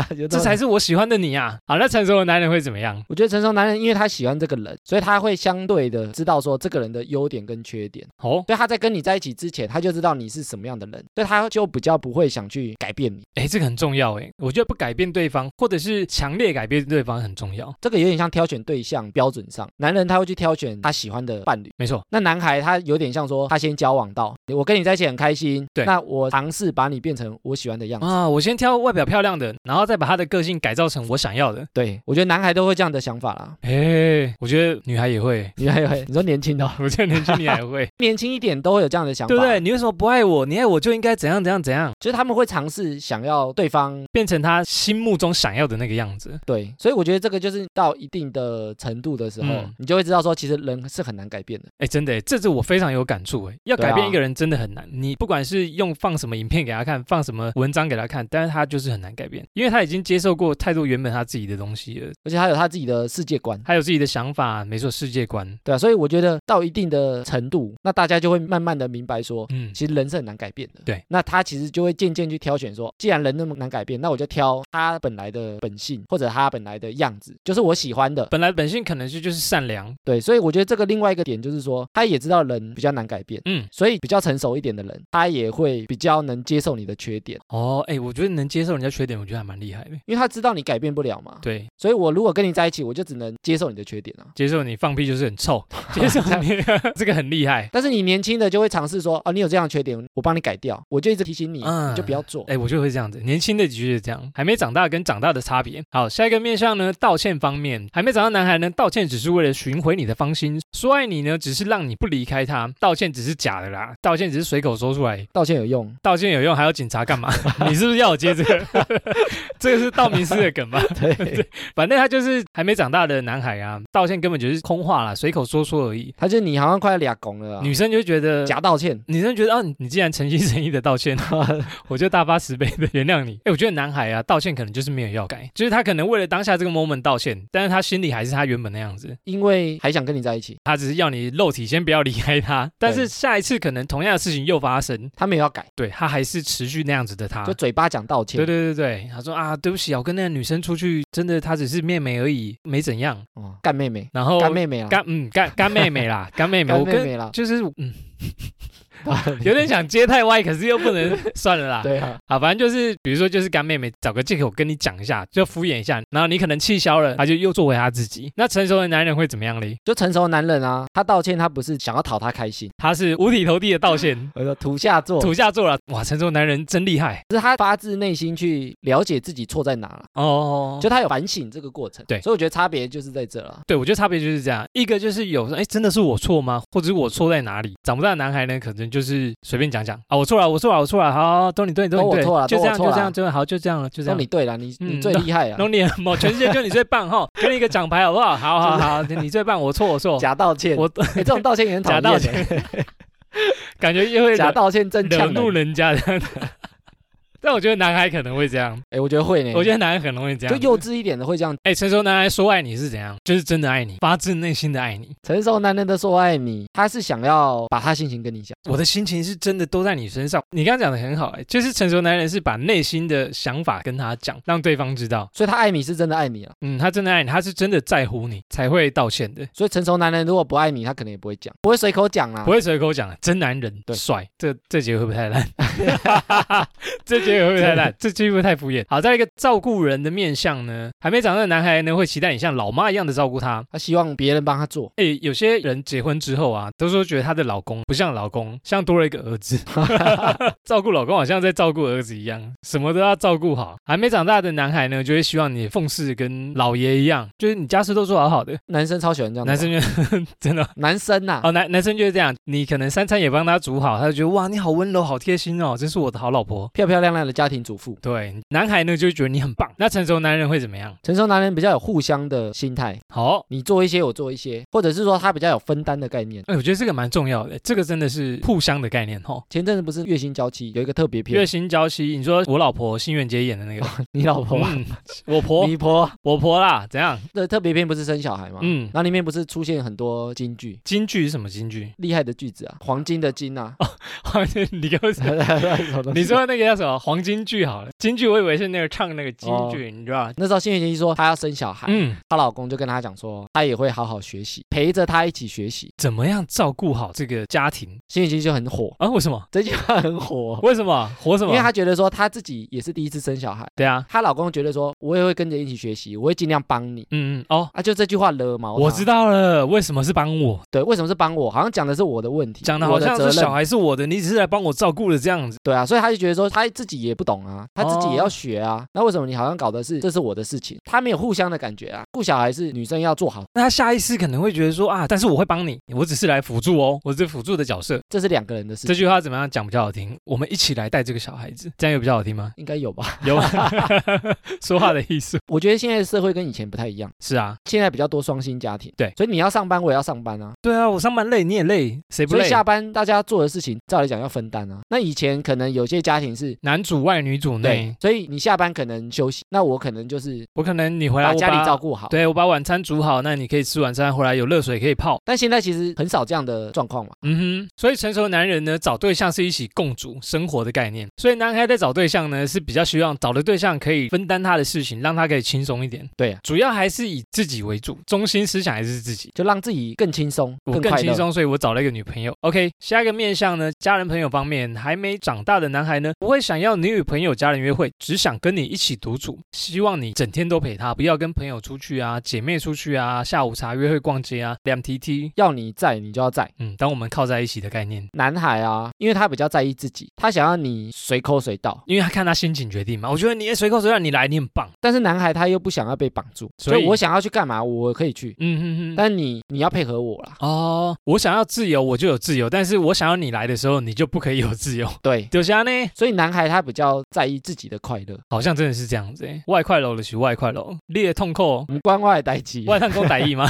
S1: 这
S2: 这
S1: 才是我喜欢的你啊！好，那成熟的男人会怎么样？
S2: 我觉得成熟男人，因为他喜欢这个人，所以他会相对的知道说这个人的优点跟缺点，
S1: 哦，
S2: 所以他在跟你在一起之前，他就知道你是什么样的人，所以他就比较不会想去改变你。
S1: 哎，这个很重要哎，我觉得不改变对方，或者是强烈改变对方很重要。
S2: 这个有点像挑选对象标准上，男人他会去挑选他喜欢的伴侣，
S1: 没错，
S2: 那男孩他有点像说他先交往到我跟你在一起很开心，
S1: 对
S2: 那我尝试把你变成我喜欢的样子。
S1: 啊，我先挑外表漂亮的，然后再把他的个性改造成我想要的。
S2: 对，我觉得男孩都会这样的想法啦。
S1: 哎，我觉得女孩也会，
S2: 你还有，你说年轻的哦、
S1: 我觉得年轻女孩也会，
S2: 年轻一点都会有这样的想法，
S1: 对不对？？你为什么不爱我？你爱我就应该怎样怎样怎样，
S2: 就是他们会尝试想要对方
S1: 变成他心目中想要的那个样子。
S2: 对，所以我觉得这个就是到一定的程度的时候，
S1: 嗯
S2: 你就会知道说，其实人是很难改变的。
S1: 哎，真的诶，这是我非常有感触哎。要
S2: 对啊
S1: 改变一个人真的很难，你不管是用放什么影片给他看，放什么文章给他看，但是他就是很难改变，因为他已经接受过太多原本他自己的东西了，
S2: 而且他有他自己的世界观，
S1: 还有自己的想法，没错，世界观。
S2: 对啊，所以我觉得到一定的程度，那大家就会慢慢的明白说。
S1: 嗯，
S2: 其实人是很难改变的，
S1: 对。
S2: 那他其实就会渐渐去挑选说，既然人那么难改变，那我就挑他本来的本性或者他本来的样子，就是我喜欢的，
S1: 本来本性可能是就是善良，
S2: 对。所以我觉得这个另外一个点就是说，他也知道人比较难改变，
S1: 嗯，
S2: 所以比较成熟一点的人，他也会比较能接受你的缺点，
S1: 哦，哎，我觉得能接受人家缺点，我觉得还蛮厉害的。
S2: 因为他知道你改变不了嘛，
S1: 对，
S2: 所以我如果跟你在一起，我就只能接受你的缺点啊。
S1: 接受你放屁就是很臭，接受 你这个很厉害。
S2: 但是你年轻的就会尝试说，哦，你有这样的缺点，我帮你改掉，我就一直提醒你，
S1: 嗯
S2: 你就不要做。
S1: 哎，我就会这样子，年轻的的确是这样，还没长大跟长大的差别。好，下一个面向呢，道歉方面，还没长大男孩呢，道歉只是为了寻回你的芳心，说爱你呢，只是让你不离开他，道歉只是假的啦，道歉只是随口说出来，
S2: 道歉 有用，
S1: 道歉有用，还要警察干嘛？ 你是不是要我接这个？ 这个是道明寺的梗吧？
S2: 对，
S1: 反正他就是还没长大的男孩啊，道歉根本就是空话啦，随口说说而已。
S2: 他就你好像快要俩拱了啊，
S1: 女生就觉得
S2: 假道歉，
S1: 女生觉得啊，你你既然诚心诚意的道歉， 我就大发慈悲的原谅你。哎，我觉得男孩啊，道歉可能就是没有要改，就是他可能为了当下这个 moment 道歉，但是他心里还是他原本那样子，
S2: 因为还想跟你在一起，
S1: 他只是要你肉体先不要离开他，但是下一次可能同样的事情又发生，
S2: 他没有要改，
S1: 对他还是持续那样子的他
S2: 就。嘴巴讲道
S1: 啊对对
S2: 歉。
S1: 对对，他说啊，对不起啊，我跟那个女生出去，真的她只是妹妹而已，没怎样。
S2: 哦，干妹妹，
S1: 然后
S2: 干妹妹啊，
S1: 干嗯干干妹妹啦，干妹妹，
S2: 干
S1: 我
S2: 妹
S1: 跟
S2: 妹啦，
S1: 就是嗯 有点想接太歪，可是又不能算了啦。
S2: 对啊，
S1: 啊，反正就是，比如说就是干妹妹找个借口跟你讲一下，就敷衍一下，然后你可能气消了，他就又做回他自己。那成熟的男人会怎么样嘞？
S2: 就成熟的男人啊，他道歉他不是想要讨他 开心，，
S1: 他是五体投地的道歉
S2: 我说土下座，
S1: 土下座了。哇，成熟男人真厉害
S2: 是他发自内心去了解自己错在哪了，
S1: 哦。
S2: 就他有反省这个过程。
S1: 对
S2: 所以我觉得差别就是在这了。
S1: 对，我觉得差别就是这样，一个就是有时候，哎，真的是我错吗？或者是我错在哪里？长不大的男孩呢，可能就是随便讲讲啊，我错了，我错了，我错了，好，都你对，
S2: 都
S1: 你
S2: 我
S1: 对，
S2: 错了
S1: 就
S2: 都
S1: 这
S2: 我
S1: 样，就
S2: 错
S1: 这
S2: 了
S1: 样，就好，就这样了，就这
S2: 那
S1: 样
S2: 哦你。对了，你
S1: 嗯
S2: 你最厉害啊
S1: 然，后你很猛，全世界就你最棒哈， 给你一个奖牌好不好？好好好，你最棒，我错我错，
S2: 假道歉，
S1: 哦我
S2: 哎这种道歉也很 讨
S1: 假
S2: 厌
S1: 道
S2: 欸，
S1: 歉，感觉又会
S2: 假
S1: 惹
S2: 道歉真欸
S1: 惹
S2: 呛
S1: 怒
S2: 人。
S1: 人家这样子。 但我觉得男孩可能会这样，
S2: 哎，我觉得会呢，
S1: 我觉得男孩很容易这
S2: 就
S1: 样。
S2: 幼稚一点的会这样，
S1: 哎，成熟男孩说爱你是怎样？就是真的爱你，发自内心的爱你。
S2: 成熟男人的说爱你，他是想要把他心情跟你讲，
S1: 我的心情是真的都在你身上。你刚刚讲的很好、哎，就是成熟男人是把内心的想法跟他讲，让对方知道，
S2: 所以他爱你是真的爱你啊。
S1: 嗯，他真的爱你，他是真的在乎你，才会道歉的，
S2: 所以成熟男人如果不爱你，他可能也不会讲，不会随口讲啦啊
S1: 不。会随口讲，真男人，
S2: 对
S1: 帅。这这节会不会太烂？这结尾会不会太烂？这句会太敷衍。好，再来一个照顾人的面相呢，还没长大的男孩呢会期待你像老妈一样的照顾他。
S2: 他希望别人帮他做，
S1: 哎，有些人结婚之后啊，都说觉得她的老公不像老公，像多了一个儿 子， 照顾老公好像在照顾儿子一样，什么都要照顾好。还没长大的男孩呢，就会希望你奉事跟老爷一样，就是你家事都做好好的。
S2: 男生超喜欢这样的吧。
S1: 男生就 真的
S2: 男生啊呐、
S1: 哦，男男生就是这样，你可能三餐也帮他煮好，他就觉得哇，你好温柔，好贴心哦，真是我的好老婆。
S2: 漂漂亮亮的家庭主妇，
S1: 对，男孩呢就会觉得你很棒。那成熟男人会怎么样？
S2: 成熟男人比较有互相的心态，
S1: 好、
S2: 你做一些我做一些，或者是说他比较有分担的概念。
S1: 哎，我觉得这个蛮重要的，这个真的是互相的概念哦。
S2: 前阵子不是月薪娇妻有一个特别
S1: 月
S2: 篇，
S1: 薪娇妻，你说我老婆新垣结演的那 个，
S2: 你老婆、啊
S1: 嗯，我婆，
S2: 你婆
S1: 我婆啦，怎样？
S2: 的特别篇不是生小孩吗？嗯，
S1: 嗯，
S2: 那里面不是出现很多金句，
S1: 京剧是什么京剧？
S2: 厉害的句子啊，黄金的金
S1: 哦
S2: 啊，
S1: 你给我 讲。
S2: 什么东西
S1: 你说那个叫什么黄金剧好了，京剧我以为是那个唱那个京
S2: 哦
S1: 剧，你知道吧？
S2: 那时候新垣结衣说她要生小孩，
S1: 嗯，
S2: 她老公就跟她讲说，她也会好好学习，陪着她一起学习。
S1: 怎么样照顾好这个家庭
S2: 新垣结衣就很火，
S1: 啊？为什么？
S2: 这句话很火，
S1: 为什么？活什
S2: 因
S1: 么？
S2: 为她觉得说她自己也是第一次生小孩，
S1: 对啊，
S2: 她老公觉得说我也会跟着一起学习，我会尽量帮你。
S1: 嗯嗯哦，
S2: 啊，就这句话惹毛她
S1: 我知道了，为什么是帮我？
S2: 对，为什么是帮我？好像讲的是我的问题，
S1: 讲的
S2: 我
S1: 好
S2: 的
S1: 像
S2: 责
S1: 是小
S2: 任。
S1: 孩是我的，你只是来帮我照顾的这样子。
S2: 对啊，所以她就觉得说她自己也不懂啊，她自己也
S1: 哦
S2: 要学啊。那为什么你好像搞的是这是我的事情？她没有互相的感觉啊。顾小孩是女生要做好，
S1: 那他下意识可能会觉得说啊，但是我会帮你，我只是来辅助哦，我是辅助的角色。
S2: 这是两个人的事
S1: 这
S2: 情，
S1: 句话怎么样讲比较好听？我们一起来带这个小孩子，这样有比较好听吗？
S2: 应该有吧？
S1: 有吗？ 说话的艺术
S2: 我觉得现在的社会跟以前不太一样，
S1: 是啊，
S2: 现在比较多双薪家庭。
S1: 对
S2: 所以你要上班，我也要上班啊。
S1: 对啊，我上班累，你也累，谁不
S2: 所以
S1: 累？
S2: 下班大家做的事情，照理讲要分担啊。那以前可能有些家庭是。
S1: 男主外女主内
S2: 对，，所以你下班可能休息，那我可能就是
S1: 我可能你回来
S2: 把
S1: 我
S2: 家里照
S1: 顾，
S2: 顾好。
S1: 对我把晚餐煮好，那你可以吃晚餐，回来有热水可以泡。
S2: 但现在其实很少这样的状况嘛。
S1: 嗯哼，所以成熟男人呢，找对象是一起共组生活的概念。所以男孩在找对象呢，是比较希望找的对象可以分担他的事情，让他可以轻松一点。
S2: 对啊，
S1: 主要还是以自己为主，中心思想还是自己。
S2: 就让自己更轻松、
S1: 我更
S2: 快
S1: 轻
S2: 乐。
S1: 松，所以我找了一个女朋友。OK，下一个面向呢，家人朋友方面，还没长大的男孩呢，不会想要你与朋友、家人约会，只想跟你一起独处，希望你整天都陪他，不要跟朋友出去啊、姐妹出去啊、下午茶、约会、逛街啊、两 T T。
S2: 要你在，你就要在。
S1: 嗯，当我们靠在一起的概念，
S2: 男孩啊，因为他比较在意自己，他想要你随口随到。
S1: 因为他看他心情决定嘛。我觉得你也随口随让你来，你很棒。
S2: 但是男孩他又不想要被绑住，
S1: 所
S2: 所
S1: 以
S2: 以我想要去干嘛，我可以去。
S1: 嗯哼哼。
S2: 但你你要配合我啦，
S1: 哦，我想要自由，我就有自由；但是我想要你来的时候，你就不可以有自由。
S2: 对。
S1: 丢下呢，
S2: 所以男孩他比较在意自己的快乐，
S1: 好像真的是这样子诶。外快楼的是外快楼，裂痛扣
S2: 我们关外待机。
S1: 外探工歹 意吗？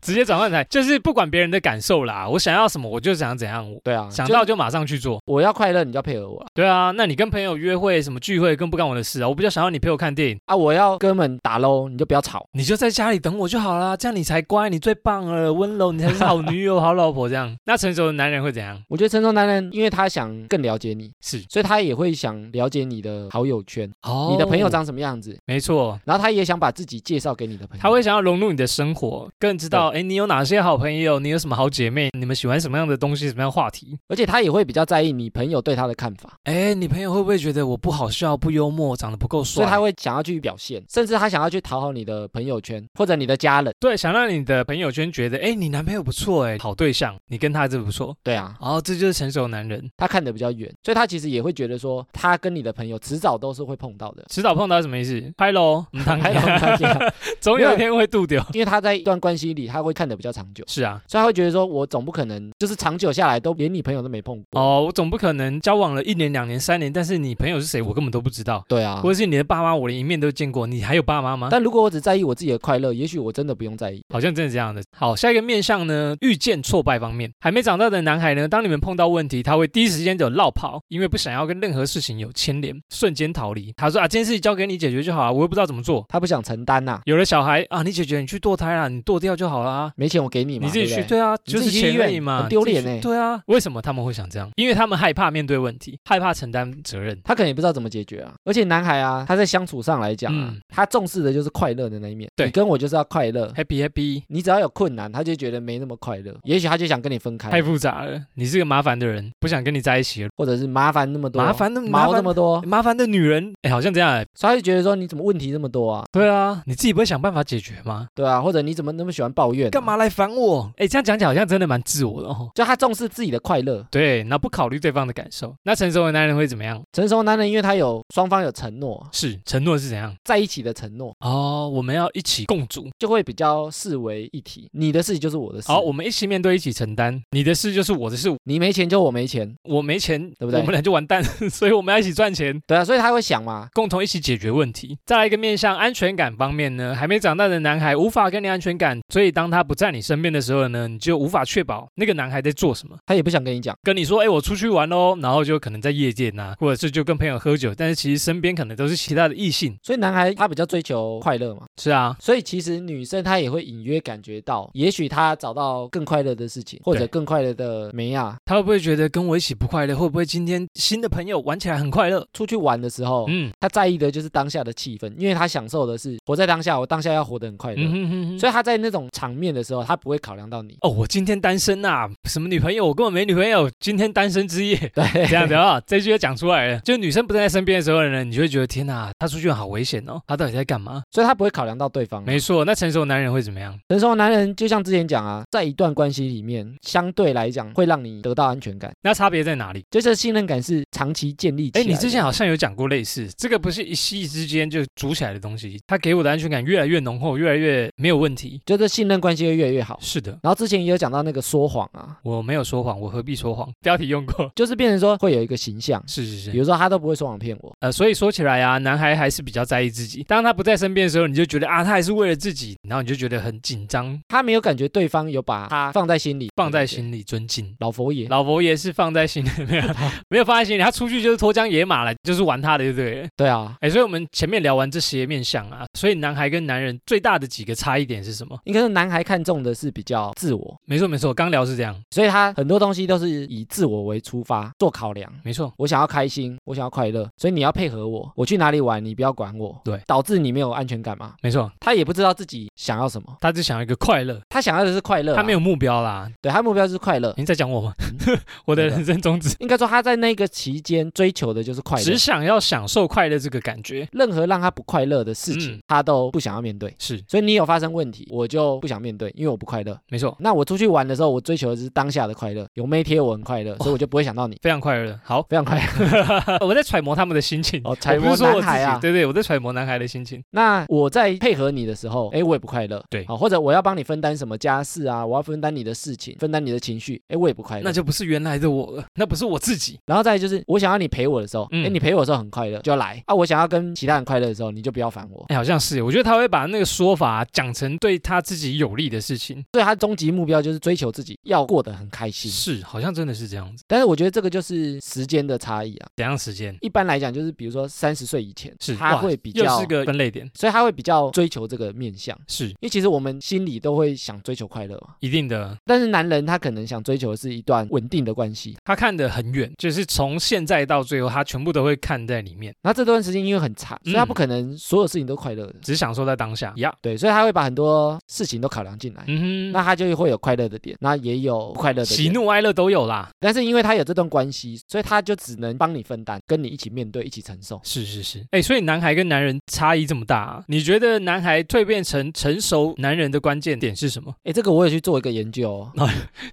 S1: 直接转换台，就是不管别人的感受啦。我想要什么，我就想怎样，我
S2: 对啊，
S1: 想
S2: 就
S1: 到就马上去做。
S2: 我要快乐，你就要配合我啦。
S1: 对啊，那你跟朋友约会什么聚会，更不干我的事啊。我比较想要你陪我看电影，
S2: 啊，我要哥们打喽，你就不要吵。
S1: 你就在家里等我就好啦。这样你才乖，你最棒了，温柔，你才是好女友、好老婆。这样，那成熟的男人会怎样？
S2: 我觉得成熟男人，因为他想更了解你，
S1: 是
S2: 所以他也会想了解你的好友圈，
S1: 哦
S2: 你的朋友长什么样子，
S1: 没错。
S2: 然后他也想把自己介绍给你的朋友。
S1: 他会想要融入你的生活，更知道哎，诶你有哪些好朋友，你有什么好姐妹，你们喜欢什么样的东西，什么样的话题。
S2: 而且他也会比较在意你朋友对他的看法，
S1: 哎，你朋友会不会觉得我不好笑、不幽默、长得不够
S2: 所
S1: 帅？
S2: 以他会想要去表现，甚至他想要去讨好你的朋友圈或者你的家人。
S1: 对，想让你的朋友圈觉得，哎，你男朋友不错，哎，好对象，你跟他真不错。
S2: 对啊，
S1: 哦，这就是成熟男人，。
S2: 他看得比较远，所以他其实也会觉得说，他跟你的朋友迟早都是会碰到的
S1: 迟早碰到是什么意思？拍喽， 唔当
S2: 还有他这样
S1: 总有一天会渡掉。
S2: 因为他在一段关系里，他会看得比较长久，
S1: 是啊，
S2: 所以他会觉得说，我总不可能就是长久下来都连你朋友都没碰过。
S1: 哦，我总不可能交往了一年、两年、三年，但是你朋友是谁，我根本都不知道，
S2: 对啊
S1: 或，者是你的爸妈，我连一面都见过，你还有爸妈吗？
S2: 但如果我只在意我自己的快乐，也许我真的不用在意。
S1: 好像真的这样的。好，下一个面向呢，遇见挫败方面，还没长大的男孩呢，当你们碰到问题，他会第一时间就绕跑，因为不想要跟任何事情有牵连，瞬间逃离。他说啊，这件事情交给你解决就好了，我又不知道怎么做，
S2: 他不想承担呐、
S1: 有了小孩啊，你解决，你去堕胎啦，你堕掉就好啦。
S2: 没钱我给你嘛，
S1: 你自己去，
S2: 对不对
S1: 对啊，
S2: 你
S1: 就
S2: 自
S1: 是
S2: 己去医
S1: 钱而已
S2: 院
S1: 嘛，
S2: 很丢
S1: 你自己
S2: 脸
S1: 去
S2: 欸
S1: 对啊，为什么他们会想这样？因为他们害怕面对问题，害怕承担责任。
S2: 他可能也不知道怎么解决啊。而且男孩啊，他在相处上来讲啊，
S1: 嗯
S2: 他重视的就是快乐的那一面。
S1: 对
S2: 你跟我就是要快乐。
S1: Happy Happy，
S2: 你只要有困难，他就
S1: 哦
S2: 觉得没那么快乐，也许他就想跟你分开
S1: 太，复杂了，你是个麻烦的人，不想跟你在一起了。
S2: 或者是麻烦那么多，
S1: 麻烦那麻
S2: 毛那
S1: 烦
S2: 么多，
S1: 麻烦的女人，哎，好像这样哎。
S2: 所以他就觉得说你怎么问题这么多啊？
S1: 对啊，你自己不会想办法解决吗？
S2: 对啊，或者你怎么那么喜欢抱怨？啊
S1: 干？嘛来烦我？哎，这样讲起来好像真的蛮自我的哦。
S2: 就他重视自己的快乐。
S1: 对，那不考虑对方的感受，那成熟的男人会怎么样？
S2: 成熟男人，因为他有双方有承诺，
S1: 是承诺是怎样？
S2: 在一起的承诺，
S1: 哦，我们要一起共主，
S2: 就会比较视为一体。你的事情就是我的事，
S1: 哦好，我们一起面对，一起承担。你的事就是我的事，
S2: 你没钱就我没钱，
S1: 我没钱，
S2: 对不对
S1: 我们俩就完蛋， 所以我们要一起赚钱，
S2: 对啊，所以他会想嘛，
S1: 共同一起解决问题。再来一个面向安全感方面呢，还没长大的男孩无法给你安全感，所以当他不在你身边的时候呢，你就无法确保那个男孩在做什么。
S2: 他也不想跟你讲，
S1: 跟你说，哎，我出去玩喽，然后就可能在夜店呐、或者是就跟朋友喝酒，但是其实身边可能都是其他的异性。
S2: 所以男孩他比较追求快乐嘛，
S1: 是啊，
S2: 所以其实女生她也会隐约感觉到，也许她找到更快乐的事情，或者
S1: 对
S2: 更快乐的啊梅亚。
S1: 他会不会觉得跟我一起不快乐？会不会今天新的朋友玩起来很快乐？
S2: 出去玩的时候，
S1: 嗯，
S2: 她在意的就是当下的气氛，因为她享受的是活在当下，我当下要活得很快乐。
S1: 嗯哼哼哼
S2: 所以她在那种场面的时候，她不会考量 到你。，
S1: 哦，我今天单身呐、什么女朋友？我根本没女朋友，今天单身之夜
S2: 对，
S1: 这样子啊，这句就讲出来了。就女生不在身边的时候呢，你就会觉得天呐，她出去好危险哦，她到底在干嘛？
S2: 所以她不会考量到对方。
S1: 没错，那成熟男人会怎么样？
S2: 成熟的男人就像之前讲啊，在一段关系里面，相对来讲会让你得到安全感，
S1: 那差别在哪里？
S2: 就是信任感是长期建立起
S1: 哎，
S2: 来的。
S1: 你之前好像有讲过类似，这个不是一夕之间就煮起来的东西，它给我的安全感越来越浓厚，越来越没有问题。
S2: 就是信任关系会越来越好。
S1: 是的，
S2: 然后之前也有讲到那个说谎啊，
S1: 我没有说谎，我何必说谎？ 标题用过，
S2: 就是变成说会有一个形象，
S1: 是是是
S2: 比。如说他都不会说谎骗我，
S1: 呃，所以说起来啊，男孩还是比较在意自己。当他不在身边的时候，你就觉得啊，他还是为了自己，然后你就觉得很紧张，
S2: 他没有感觉对方有把他放在心里，
S1: 放在。心里，尊敬。
S2: 老佛爷，
S1: 老佛爷是放在心里， 没有没有放在心里，他出去就是脱缰野马了，就是玩他的，对不对？
S2: 对啊，
S1: 哎，所以我们前面聊完这些面相啊，所以男孩跟男人最大的几个差异点是什么？
S2: 应该是男孩看重的是比较自我，
S1: 没错没错，刚聊是这样，
S2: 所以他很多东西都是以自我为出发做考量。
S1: 没错。
S2: 我想要开心，我想要快乐，所以你要配合我。我去哪里玩，你不要管我。
S1: 对
S2: 导致你没有安全感嘛？
S1: 没错，
S2: 他也不知道自己想要什么，
S1: 他只想要一个快乐，
S2: 他想要的是快乐啊、嗯
S1: 他没有目标啦。
S2: 对他目标就是快乐。
S1: 您在讲我吗？ 我的人生宗旨，
S2: 应该说他在那个期间追求的就是快乐
S1: 只，想要享受快乐这个感觉。
S2: 任何让他不快乐的事情，
S1: 嗯
S2: 他都不想要面对。
S1: 是，
S2: 所以你有发生问题，我就不想面对，因为我不快乐。
S1: 没错，
S2: 那我出去玩的时候，我追求的是当下的快乐，有妹贴我很快乐，所以我就不会想到你，
S1: 非常快乐。 好，
S2: 非常快乐。
S1: 我在揣摩他们的心情。
S2: 哦，才
S1: 我不
S2: 摸
S1: 是说我
S2: 男
S1: 自
S2: 孩啊
S1: 己，。对对，我在揣摩男孩的心情。
S2: 那我在配合你的时候，哎，我也不快乐。
S1: 对
S2: 好，或者我要帮你分担什么家事啊，我要分担你的事情，分担你的情绪，哎，我也不快乐。
S1: 那就不是原来的我了，那不是我自己。
S2: 然后再来就是，我想要你陪我的时候，哎、
S1: 嗯
S2: 你陪我的时候很快乐，就要来啊；我想要跟其他人快乐的时候，你就不要烦我。
S1: 哎，好像是，我觉得他会把那个说法讲成对他自己有利的事情。
S2: 所以他终极目标就是追求自己要过得很开心。
S1: 是，好像真的是这样子。
S2: 但是我觉得这个就是时间的差异啊。
S1: 怎样时间？
S2: 一般来讲，就是比如说三十岁以前，
S1: 是
S2: 他
S1: 哇
S2: 会比
S1: 又
S2: 较
S1: 是，个分类点，
S2: 所以他会比较追求这个面相。
S1: 是
S2: 因为其实我们心里都会想追求快乐嘛，
S1: 一定的。
S2: 但是男人他可能想追求的是一段稳定的关系，
S1: 他看得很远，就是从现在到最后，他全部都会看在里面，
S2: 那这段时间因为很长，所以他
S1: 嗯
S2: 不可能所有事情都快乐的，
S1: 只享受在当下呀。
S2: 对，所以他会把很多事情都考量进来。
S1: 嗯
S2: 那
S1: 哼，
S2: 他就会有快乐的点，那也有不快乐的
S1: 喜
S2: 点，
S1: 怒哀乐都有啦。
S2: 但是因为他有这段关系，所以他就只能帮你分担，跟你一起面对，一起承受。
S1: 是是是，哎，所以男孩跟男人差异这么大、啊，你觉得男孩蜕变成成熟男人的关键点是什么？
S2: 哎，这个我也去做一个研究、哦，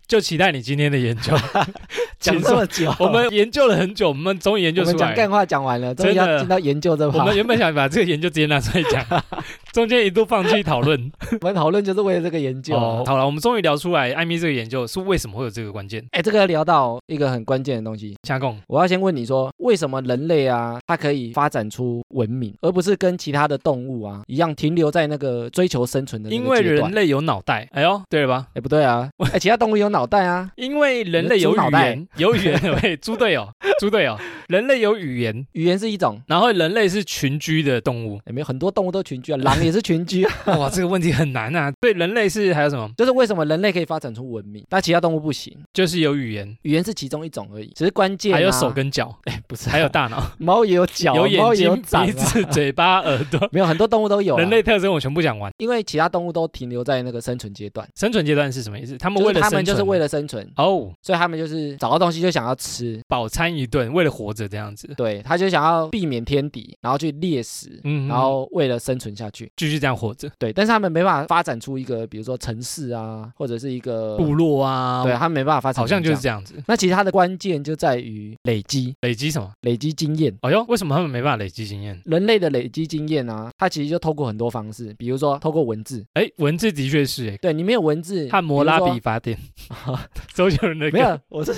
S1: 就期待你今天的研 究。请说
S2: 么 久
S1: 我们研究了很久，我们终于研
S2: 我
S1: 究出
S2: 们讲
S1: 来
S2: 干
S1: 了。
S2: 话讲完了，终于
S1: 真的
S2: 要进到研究这
S1: 我
S2: 趴
S1: 们。原本想把这个研究直接拿出来讲， 中间一度放弃讨论。
S2: 我们讨论 就是为了这个研究。
S1: 哦，好了，我们终于聊出来艾米这个研究是为什么会有这个关键。
S2: 哎，这个聊到一个很关键的东西，
S1: 加贡，
S2: 我要先问你说，为什么人类啊，它可以发展出文明，而不是跟其他的动物啊一样停留在那个追求生存的那
S1: 因
S2: 个
S1: 为
S2: 阶
S1: 人
S2: 段？
S1: 类有脑袋，哎呦，对了吧？
S2: 哎，不对啊，哎，其他动物有脑袋啊，
S1: 因为人类有
S2: 猪脑
S1: 语
S2: 袋
S1: 言，有语言， 喂，猪队友，猪队友，人类有语言，
S2: 语言是一种。
S1: 然后人类是群居的动物，
S2: 也没有很多动物都群居啊，狼也是群居啊，
S1: 哇，这个问题很难啊。对人类是还有什么？
S2: 就是为什么人类可以发展出文明，但其他动物不行？
S1: 就是有语言，
S2: 语言是其中一种而已，只是关键、啊。
S1: 还有手跟脚，
S2: 不是啊
S1: 还有大脑，
S2: 猫也有 脚啊，
S1: 有
S2: 猫
S1: 眼
S2: 也有
S1: 睛、
S2: 掌、
S1: 鼻
S2: 啊，
S1: 子、嘴巴、耳 朵。
S2: 没有很多动物都有啊。
S1: 人类特征我全部讲完。
S2: 因为其他动物都停留在那个生存阶段，
S1: 生存阶段是什么意思？他们
S2: 就
S1: 为
S2: 是
S1: 了
S2: 他
S1: 生
S2: 们
S1: 存，
S2: 就是为了生存，
S1: 哦，
S2: 所以他们就是找到东西就想要吃，
S1: 饱餐一顿，为了活着这样子。
S2: 对，他就想要避免天敌，然后去猎食，
S1: 嗯，
S2: 然后为了生存下去，
S1: 继续这样活着，
S2: 对，但是他们没办法发展出一个，比如说城市啊，或者是一个
S1: 部落啊，
S2: 对，他们没办法发展，
S1: 好像就是。这样子。
S2: 那其实它的关键就在于累积，
S1: 累积什么？
S2: 累积经验。
S1: 哎呦，为什么他们没办法累积经验？
S2: 人类的累积经验啊，它其实就透过很多方式，比如说透过文字，
S1: 哎，文字的确是哎，
S2: 对你没有文字，
S1: 汉摩拉
S2: 比如
S1: 比
S2: 说啊
S1: 法 典，周杰伦的
S2: 没
S1: 歌，
S2: 有，我是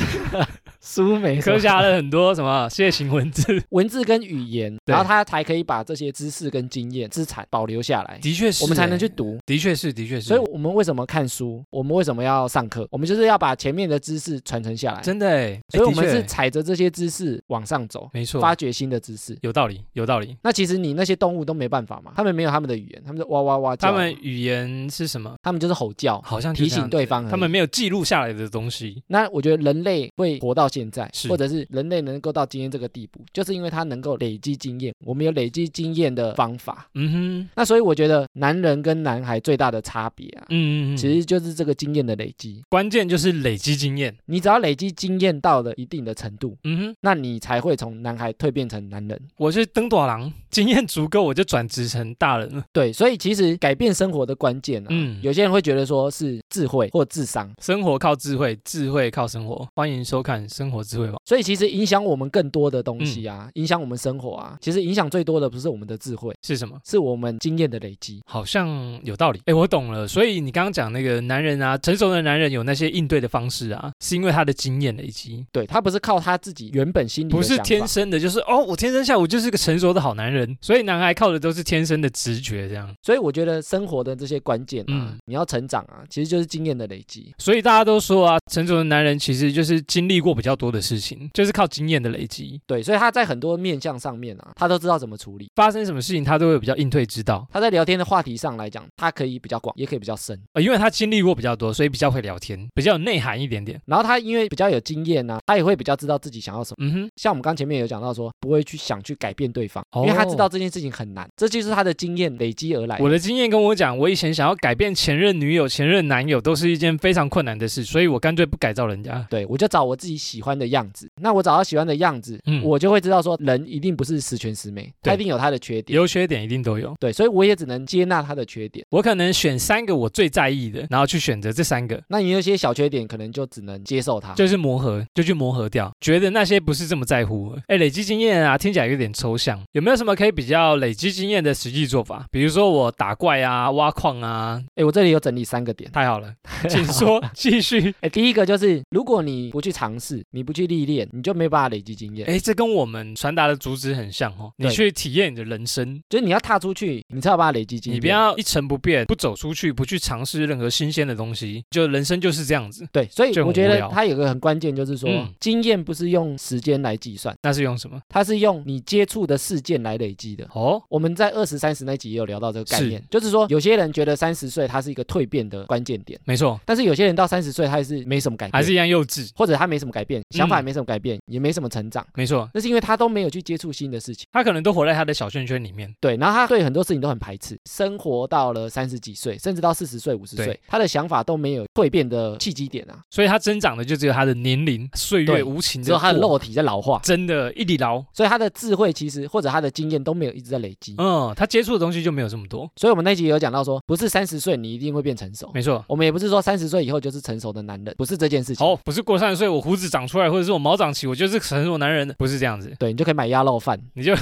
S2: 苏梅
S1: 刻
S2: 科
S1: 下了很多什么楔形文 字，
S2: 文字跟语言，
S1: 对
S2: 然后它才可以把这些知识跟经验资产保留下来，
S1: 的确是，
S2: 我们才能
S1: 哎
S2: 去读。
S1: 的确是，的确是，
S2: 所以，我们为什么看书？我们为什么要上课？我们就是要把前面的知识传承下来。
S1: 真的哎，
S2: 所以，我
S1: 哎
S2: 们
S1: 的
S2: 是
S1: 确
S2: 踩着这些知识往上走，
S1: 没错，
S2: 发掘新的知识。
S1: 有道理，有道理。
S2: 那其实你那些动物都没办法嘛，他们没有他们的语言，他们就哇哇哇叫，
S1: 他们语言是什么？
S2: 他们就是吼叫，
S1: 好像就
S2: 啊提
S1: 这样子
S2: 醒对方而已。
S1: 他们没有记录下来的东西，
S2: 那我觉得人类会活到现在
S1: 是，
S2: 或者是人类能够到今天这个地步，就是因为他能够累积经验。我们有累积经验的方法。
S1: 嗯哼，
S2: 那所以我觉得男人跟男孩最大的差别啊，
S1: 嗯嗯嗯，
S2: 其实就是这个经验的累积。
S1: 关键就是累积经验，
S2: 你只要累积经验到了一定的程度，
S1: 嗯哼。
S2: 那你才会从男孩蜕变成男人。
S1: 我是登短郎，经验足够，我就转职成大人了。
S2: 对，所以其实改变生活的关键啊，
S1: 嗯
S2: 有些人会觉得说是智慧或智商，
S1: 生活靠智慧，智慧靠生活。欢迎收看《生活智慧网》。
S2: 所以其实影响我们更多的东西
S1: 嗯
S2: 啊，影响我们生活啊，其实影响最多的不是我们的智慧，
S1: 是什么？
S2: 是我们经验的累积。
S1: 好像有道理。哎，我懂了。所以你刚刚讲那个男人啊，成熟的男人有那些应对的方式啊，是因为他的经验累积，
S2: 对他不是靠他自己原本心里的
S1: 不是
S2: 想法
S1: 天生的，就是哦，我天生下我就是个成熟的好男人。所以男孩靠的都是天生的直觉，这样。
S2: 所以我觉得生活的这些关键啊，
S1: 嗯
S2: 你要成长啊，其实就是经验的累积。
S1: 所以大家都说啊，成熟的男人其实就是经历过比较多的事情，就是靠经验的累积。
S2: 对，所以他在很多面向上面啊，他都知道怎么处理。
S1: 发生什么事情，他都会有比较应对之道，
S2: 他在聊天的话题上来讲，他可以比较广，也可以比较深。
S1: 呃，因为他经历过比较多，所以比较会聊天，比较有内涵一点点。
S2: 然后他因为比较有经验啊，他也会比较知道自己想要什么。
S1: 嗯哼，
S2: 像我们刚前面有讲到说，不会去想去改变对方，
S1: 哦
S2: 因为他知道这件事情很难，这就是他的经验累积而来。
S1: 我的经验跟我讲，我以前想要改变前任女友、前任男友，都是一件非常困难的事，所以我干脆不改造人家。
S2: 对，我就找我自己喜欢的样子。那我找到喜欢的样子，
S1: 嗯
S2: 我就会知道说，人一定不是十全十美，他
S1: 对
S2: 一定有他的缺点。
S1: 优缺点一定都有，
S2: 对，所以我也只能接纳他的缺点。
S1: 我可能选三个我最在意的，然后去选择这三个，
S2: 那你有些小缺点，可能就只能接受它。
S1: 就是磨合，就去磨合掉，觉得那些不是这么在乎了。哎，累积经验啊，听起来有点抽象，有没有什么可以比较累积经验的实际做法？比如说我打怪啊、挖矿啊，
S2: 哎，我这里有整理三个点。
S1: 太好了，请说，继续。
S2: 哎，第一个就是，如果你不去尝试，你不去历练，你就没办法累积经验。
S1: 哎，这跟我们传达的主旨很像哦。你
S2: 对
S1: 去体验你的人生，
S2: 就是你要踏出去，你才有办法累积经验。
S1: 你不要一成不变，不走出去，不去尝试任何新鲜的东西，就人生就是这样子。
S2: 对，所以
S1: 就很
S2: 我觉
S1: 无
S2: 得
S1: 聊
S2: 它有个很关键，就是说、
S1: 嗯
S2: 经验不是用时间来计算，
S1: 那是用什么？
S2: 它是用你接触的事件来累积的。
S1: 哦，
S2: 我们在二十三十那集也有聊到这个概
S1: 是
S2: 念，就是说有些人觉得三十岁它是一个蜕变的关键点，
S1: 没错，
S2: 但是有些人到三十岁他还是没什么改变，
S1: 还是一样幼稚。
S2: 或者他没什么改变，想法也
S1: 嗯
S2: 没什么改变，也没什么成长，
S1: 没错，
S2: 那是因为他都没有去接触新的事情。
S1: 他可能都活在他的小圈圈里面。
S2: 对，然后他对很多事情都很排斥，生活到了三十几岁，甚至到四十岁、五十岁
S1: 对，
S2: 他的想法都没有蜕变的契机点啊，
S1: 所以他增长的就只有他的年龄，岁月
S2: 对
S1: 无情
S2: 只有
S1: 的
S2: 他的肉体在老化，
S1: 真的，一地牢。
S2: 所以他的智慧其实或者他的经验都没有一直在累积。
S1: 嗯，他接触的东西就没有这么多。
S2: 所以我们那集也有讲到说，不是三十岁你一定会变成熟，
S1: 没错。
S2: 我们也不是说三十岁以后就是成熟的男人，不是这件事情。。
S1: 好，不是过三十岁我胡子长出来，或者是我毛长齐，我就是成熟男人，不是这样子
S2: 对，你就可以买鸭肉饭。
S1: 你就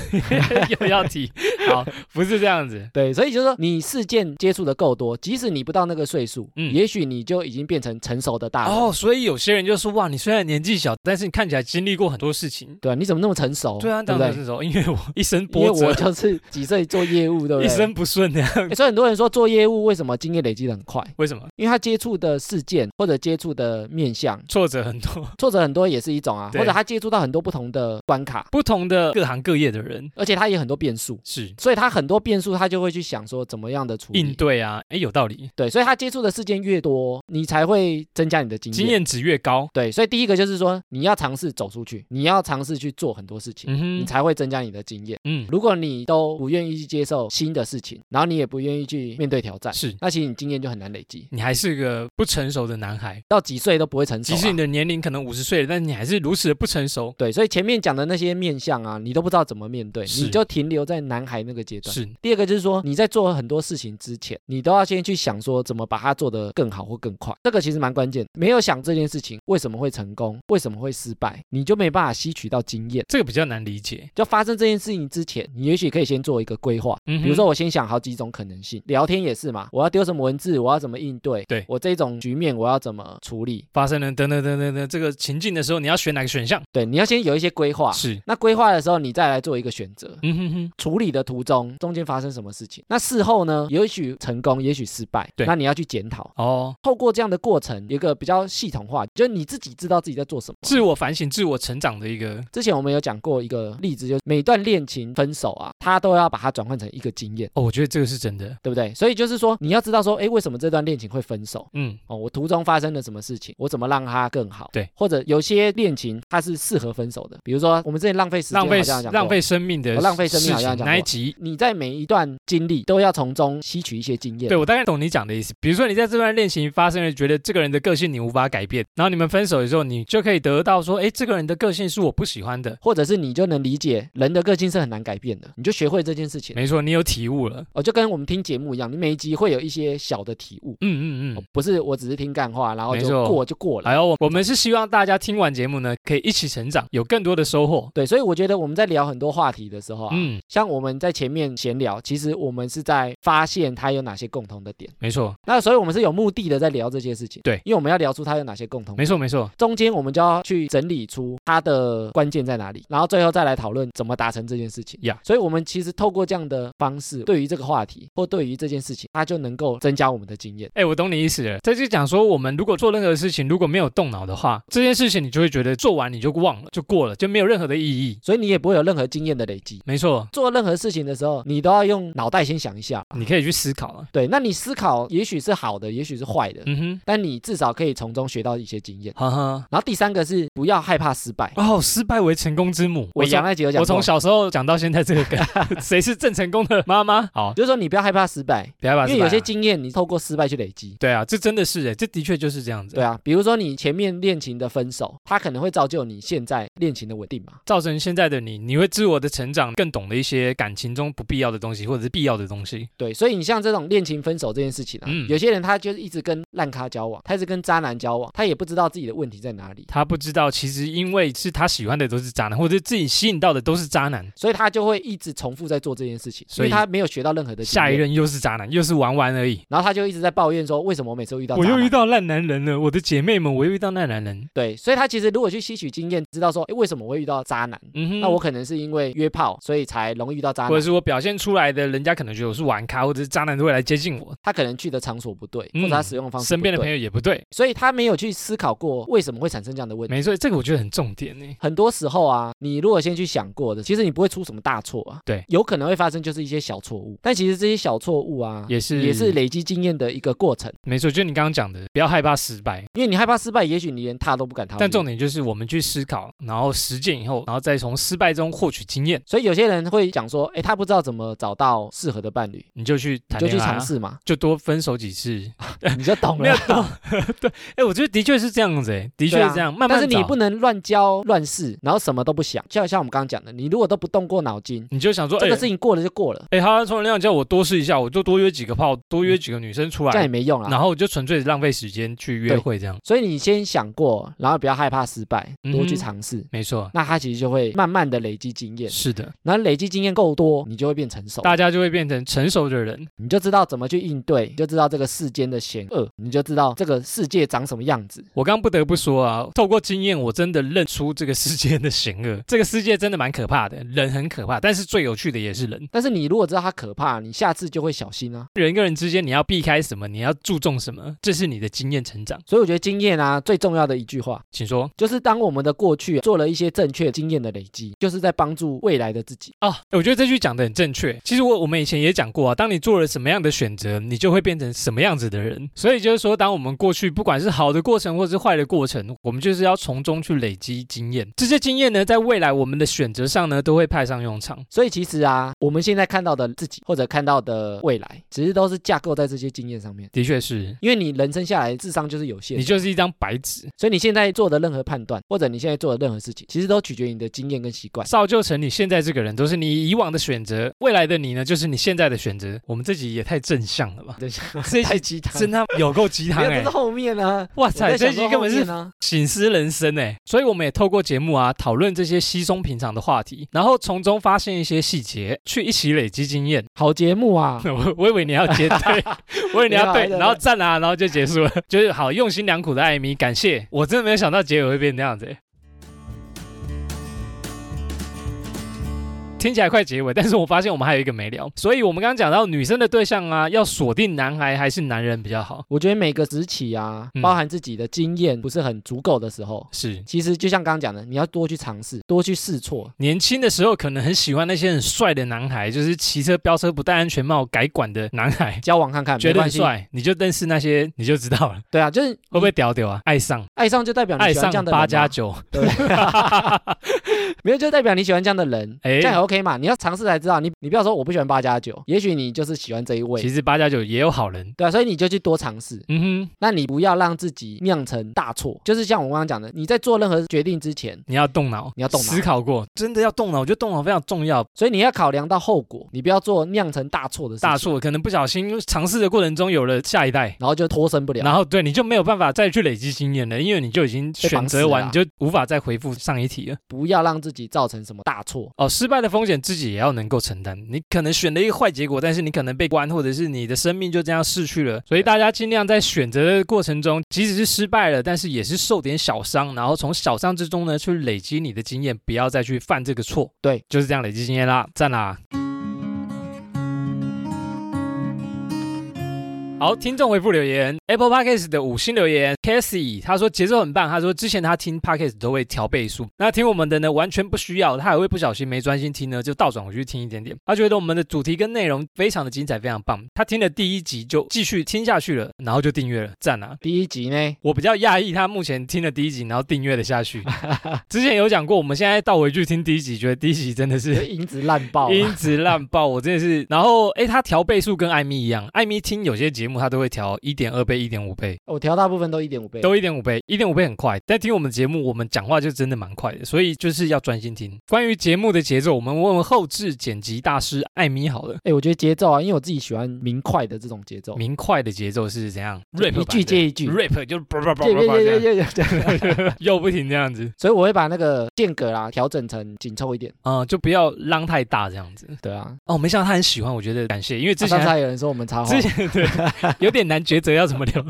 S1: 又要提，好，不是这样子。
S2: 对，所以就是说，你事件接触的够多，即使你不到那个岁数，
S1: 嗯
S2: 也许你就已经变成成熟的大人。
S1: 哦，所以有些人就说哇，你虽然年纪小，但是你看起来经历过很多事情。
S2: 对啊，你怎么那么成熟？
S1: 对啊，
S2: 对
S1: 当
S2: 不
S1: 然
S2: 对？
S1: 是时候， 因为我一生
S2: 因为
S1: 波
S2: 我
S1: 折，
S2: 就是几岁做业务，对 不
S1: 一
S2: 对？
S1: 生不顺的。
S2: 欸所以很多人说做业务为什么经验累积的很快？
S1: 为什么
S2: 因为他接触的事件或者接触的面向
S1: 挫折很多？
S2: 挫折很多也是一种啊，
S1: 对
S2: 或者他接触到很多不同的关卡，
S1: 不同的各行各业的人
S2: 而且他也很多变数，
S1: 是
S2: 所以他很多变数，他就会去想说怎么样的处
S1: 应
S2: 理。
S1: 对啊，哎，有道理，
S2: 对，所以他接触的事件越多，你才会增加你的经验。
S1: 经验值越高，
S2: 对，所以第一个就是说，你要尝试走出去，你要尝试去做很多事情，
S1: 嗯
S2: 你
S1: 哼，
S2: 才会增加你的经验。
S1: 嗯，
S2: 如果你都不愿意去接受新的事情，然后你也不愿意去面对挑战，
S1: 是
S2: 那其实你经验就很难累积，
S1: 你还是个不成熟的男孩，
S2: 到几岁都不会成
S1: 即
S2: 熟、啊。
S1: 使你的年龄可能五十岁了，但你还是如此的不成熟。
S2: 对，所以前面讲的那些面相啊，你都不知道怎么面对，
S1: 是
S2: 你就停留在男孩那个阶段。
S1: 是，
S2: 第二个就是说，你在做很多事情之前，你都要先去想说怎么把它做得更好或更快，这个其实蛮关键的。没有想这件事情为什么会成功，为什么会失败，你就没办法吸取到经验。
S1: 这个比较难理解。
S2: 就发生这件事情之前，你也许可以先做一个规划，
S1: 嗯哼
S2: 比如说，我先想好几种可能性，聊天也是嘛，我要丢什么文字，我要怎么应对，
S1: 对
S2: 我这种局面我要怎么处理，
S1: 发生了等等等等等这个情境的时候，你要选哪个选项？
S2: 对，你要先有一些规划。
S1: 是，
S2: 那规划的时候，你再来做一个选择。
S1: 嗯哼哼，
S2: 处理的途中，中间发生什么事情？那事后呢？也许成功，也许失败。
S1: 对
S2: 那你要去检讨。
S1: 哦，
S2: 透过这样的过程，有一个比较系统化，就是你自己知道自己在做什么。
S1: 自我反省、自我成长的一个，
S2: 之前我们有讲过一个例子，就是每段恋情分手啊，他都要把它转换成一个经验，
S1: 哦，我觉得这个是真的。
S2: 对不对？所以就是说，你要知道说，诶，为什么这段恋情会分手？
S1: 嗯，
S2: 哦，我途中发生了什么事情，我怎么让它更好？
S1: 对，
S2: 或者有些恋情它是适合分手的，比如说我们之前浪费时间，
S1: 浪费
S2: 好像有讲过
S1: 浪费生命的
S2: 哦浪费生命
S1: 事
S2: 好像
S1: 情
S2: 讲
S1: 哪一
S2: 过
S1: 集？
S2: 你在每一段经历都要从中吸取一些经验
S1: 对，。我大概懂你讲的意思。比如说，你在这段恋情发生了，觉得这个人的个性你无法改变，然后你们分手的时候，你就可以得到说，哎，这个人的个性是我不喜欢的。
S2: 或者是你就能理解人的个性是很难改变的，你就学会这件事情。
S1: 没错，你有体悟了。
S2: 哦，就跟我们听节目一样，你每一集会有一些小的体悟，
S1: 嗯嗯
S2: 哦
S1: 嗯。
S2: 不是我只是听干话，然后
S1: 没
S2: 就
S1: 错哎
S2: 过就过了。
S1: 还有，我们是希望大家听完节目呢，可以一起成长，有更多的收获。
S2: 对，所以我觉得我们在聊很多话题的时候啊，
S1: 嗯，
S2: 像我们在前面闲聊，其实我们是在发现它有哪些共同的点。
S1: 没错，
S2: 那所以我们是有目的的在聊这些事情，
S1: 对
S2: 因为我们要聊出它有哪些共同点。
S1: 没错，没错。
S2: 中间我们就要去整理出它的关键在哪里，然后最后再来讨论怎么达成这件事情。
S1: 呀
S2: 所以我们其实透过这样的方式，对于这个话题或对于这件事情，它就能够增加我们的经验。
S1: 哎、我懂你意思了。在这讲说，我们如果做任何事情，如果没有动脑的话，这件事情你就会觉得做完你就忘了，就过了，就没有任何的意义。
S2: 所以你也不会有任何经验的累积。
S1: 没错，
S2: 做任何事情的时候，你都要用脑袋先想一下。
S1: 你可以去思考了。
S2: 对，那你思考也许是好的，也许是坏的，
S1: 嗯
S2: 但你至少可以从中学到一些经验。
S1: 哼，哈哈。
S2: 然后第三个是不要害怕失败。
S1: 哦，失败为成功之母。
S2: 我
S1: 一样
S2: 讲那集有讲
S1: 我
S2: 过
S1: 从小时候讲到现在这个梗， 谁是正成功的妈 妈？好，
S2: 就是说你不要害怕失败，
S1: 不要把
S2: 因
S1: 失
S2: 为
S1: 败
S2: 有些
S1: 啊
S2: 经验你透过失败去累积。
S1: 对啊，这真的是哎，这的确就是这样子，
S2: 对啊，比如说你前面恋情的分手，它可能会造就你现在恋情的稳定嘛。
S1: 造成现在的你，你会自我的成长，更懂得一些感情中不必要的东西，或者是必要的东西。
S2: 对，所以你像这种恋情分手这件事情啊，
S1: 嗯
S2: 有些人他就是一直跟烂咖交往，他一直跟渣男交往，他也不知道自己的问题在哪里，
S1: 他不知道，其实因为是他喜欢的都是渣男，或者是自己吸引到的都是渣男，
S2: 所以他就会一直重复在做这件事情，
S1: 所以
S2: 因为他没有学到任何的经
S1: 下一
S2: 验。
S1: 任又是渣男，又是玩玩而已。
S2: 然后他就一直在抱怨说，为什么我每次都遇到
S1: 我
S2: 渣
S1: 又遇
S2: 男？
S1: 到烂男人了，我的姐妹们，我又遇到烂男人。
S2: 对，所以他其实如果去吸取经验，知道说，诶，为什么我会遇到渣男？
S1: 嗯哼，
S2: 那我可能是因为约炮，所以才容易遇到渣
S1: 或者
S2: 男。
S1: 是我表现出来的，人家可能觉得我是玩咖，或者是渣男都会来接近我，
S2: 他可能去的场所不对，
S1: 嗯
S2: 或者他使用的方式
S1: 身边的
S2: 不
S1: 朋友
S2: 对，
S1: 也不对。
S2: 所以他没有去思考过为什么会产生这样的问题。
S1: 没错，这个我觉得很重点呢。
S2: 很多时候啊，你如果先去想过的，其实你不会出什么大错啊。
S1: 对
S2: 有可能会发生就是一些小错误，但其实这些小错误啊，
S1: 也是
S2: 也是累积经验的一个过程。
S1: 没错，就你刚刚讲的，不要害怕失败。
S2: 因为你害怕失败，也许你连踏都不敢踏。
S1: 但重，点就是我们去思考，然后实践以后，然后再从失败中获取经验，
S2: 所以有些人会讲说，哎，他不知道怎么找到适合的伴侣，
S1: 你就去谈
S2: 就去
S1: 恋爱啊、
S2: 尝试 哦嘛，
S1: 就多分手几次。
S2: 你就懂
S1: 没
S2: 了
S1: 有。 到，对，哎，我觉得的确是这样子，哎，的确是这样，慢慢
S2: 啊但是你
S1: 找
S2: 不能乱教乱试，然后什么都不想，就好像我们刚刚讲的，你如果都不动过脑筋，
S1: 你就想说，
S2: 这
S1: 哎
S2: 个事情过了就过了，
S1: 哎，他从那样叫我多试一下，我就多约几个炮，多
S2: 嗯
S1: 约几个女生出
S2: 这样也
S1: 来，
S2: 没用啊。
S1: 然后我就纯粹浪费时间去约
S2: 对
S1: 会这样，
S2: 所以你先想过，然后不要害怕失败，多
S1: 嗯哼
S2: 去尝试。
S1: 没错，
S2: 那他其实就会慢慢的累积经验，
S1: 是的，
S2: 然后累积经验够多，你就会变成熟，
S1: 大家就会变成成熟的人，
S2: 你就知道怎么去应对，你就知道这个世间的险恶，你就知道这个世界长什么样子。
S1: 我刚不得不说啊，透过经验，我真的认出这个世界的险恶。 这个世界真的蛮可怕的，人很可怕，但是最有趣的也是人。
S2: 但是你如果知道它可怕，你下次就会小心啊。
S1: 人跟人之间，你要避开什么，你要注重什么，这是你的经验成长。
S2: 所以我觉得经验啊，最重要的一句话
S1: 请说
S2: 就是当我们的过去做了一些正确经验的累积，就是在帮助未来的自己。
S1: 啊、我觉得这句讲的很正确。其实我我们以前也讲过啊，当你做了什么样的选择，你就会变成什么样子的人。所以就是说，当我们过去不管是好的过程或者是坏的过程，我们就是要从中去累积经验。这些经验呢，在未来我们的选择上呢，都会派上用场。
S2: 所以其实啊，我们现在看到的自己或者看到的未来，其实都是架构在这些经验上面。
S1: 的确是，
S2: 因为你人生下来智商就是有限
S1: 你
S2: 的，
S1: 就是一张白纸，
S2: 所以你现在做的任何判断，或者你现在做的任何事情，其实都取决于你的经验跟习惯。？
S1: 造就成你现在这个人，都是你以往的选择。未来的你呢，就是你现在的选择。我们这集也太正向了吧
S2: 对， 太
S1: 这一集
S2: 鸡汤，
S1: 真他妈有够鸡汤
S2: 没有，
S1: 哎、
S2: 这是后面啊。
S1: 哇
S2: 我
S1: 塞，
S2: 在
S1: 这
S2: 想
S1: 一
S2: 说
S1: 集根本
S2: 后
S1: 是
S2: 面啊
S1: 醒思人生哎，所以我们也透过节目啊讨论这些稀松平常的话题，然后从中发现一些细节，去一起累积经验。。
S2: 好节目啊
S1: 我我以为你要接 对，我以为你要对
S2: 没有没，有
S1: 然后赞啊，然后就结束 了，就是好用心良苦的艾米，感谢，我真的没有想到结尾会变这样子欸。听起来快结尾，但是我发现我们还有一个没聊，所以我们刚刚讲到女生的对象啊，要锁定男孩还是男人比较好？
S2: 我觉得每个时期啊
S1: 嗯，
S2: 包含自己的经验不是很足够的时候，
S1: 是
S2: 其实就像刚刚讲的，你要多去尝试，多去试错。
S1: 年轻的时候可能很喜欢那些很帅的男孩，就是骑车飙车不戴安全帽改管的男孩，
S2: 交往看看，
S1: 觉
S2: 没
S1: 得
S2: 关
S1: 很
S2: 系。
S1: 帅，你就认识那些你就知道了，
S2: 对啊，就是你
S1: 会不会屌屌啊？爱上
S2: 爱上就代表你
S1: 爱
S2: 喜欢
S1: 上
S2: 这样的人嘛啊
S1: 八加 九，
S2: 没有就代表你喜欢这样的人，
S1: 哎
S2: 这样也 OK 嘛？你要尝试才知道，你你不要说我不喜欢八加九，也许你就是喜欢这一
S1: 其
S2: 位，
S1: 实八加九也有好人。
S2: 对啊，所以你就去多尝试。
S1: 嗯哼，
S2: 那你不要让自己酿成大错，就是像我刚刚讲的，你在做任何决定之前，
S1: 你要动脑，
S2: 你要动脑
S1: 思考过，真的要动脑。我觉得动脑非常重要。
S2: 所以你要考量到后果，你不要做酿成大错的事情，
S1: 大，错可能不小心尝试的过程中有了下一代。
S2: 然后就脱身不了。
S1: 然后对你就没有办法再去累积经验了，因为你就已经
S2: 绑
S1: 选
S2: 死
S1: 择
S2: 了
S1: 完，
S2: 啊
S1: 你就无法再回复上一题了。
S2: 不要让自己造成什么大错。
S1: 哦，失败的风险自己也要能够承担。你可能选了一个坏结果，但是你可能被关，或者是你的生命就这样逝去了。所以大家尽量在选择的过程中，即使是失败了，但是也是受点小伤，然后从小伤之中呢去累积你的经验，不要再去犯这个错。
S2: 对，
S1: 就是这样累积经验啦，赞啦。好，听众回复留言，Apple Podcast 的五星留言，Cassie 他说节奏很棒，他说之前他听 Podcast 都会调倍速，那听我们的呢完全不需要，他还会不小心没专心听呢，就倒转回去听一点点。他觉得我们的主题跟内容非常的精彩，非常棒，他听了第一集就继续听下去了，然后就订阅了，赞啊！
S2: 第一 集呢，
S1: 我比较讶异，他目前听了第一集，然后订阅了下去。之前有讲过，我们现在倒回去听第一集，觉得第一集真的是
S2: 音质烂 爆、啊，
S1: 音质烂爆，我真的是。然后，哎，他调倍数跟艾米一样，艾米听有些节目他都会调一点二倍、一点五倍，
S2: 我调大部分都一点五倍，
S1: 都一点五倍，一点五倍很快。但听我们节目，我们讲话就真的蛮快的，所以就是要专心听。关于节目的节奏，我们问问后置剪辑大师艾米好了，
S2: 哎、我觉得节奏啊，因为我自己喜欢明快的这种节奏，
S1: 明快的节奏是怎样
S2: 就
S1: ？rap
S2: 一句接一句，
S1: rap 就是叭叭叭叭
S2: 对对
S1: 叭
S2: 对
S1: 这
S2: 对对对。
S1: 样， 又不停这样子，
S2: 所以我会把那个间隔啊调整成紧凑一点。
S1: 嗯，就不要浪太大这样子。
S2: 对啊，
S1: 哦，没想到他很喜欢，我觉得感谢，因为之
S2: 啊上
S1: 前
S2: 次还有人说我们插话
S1: 之，前对 有点难抉择要怎么留，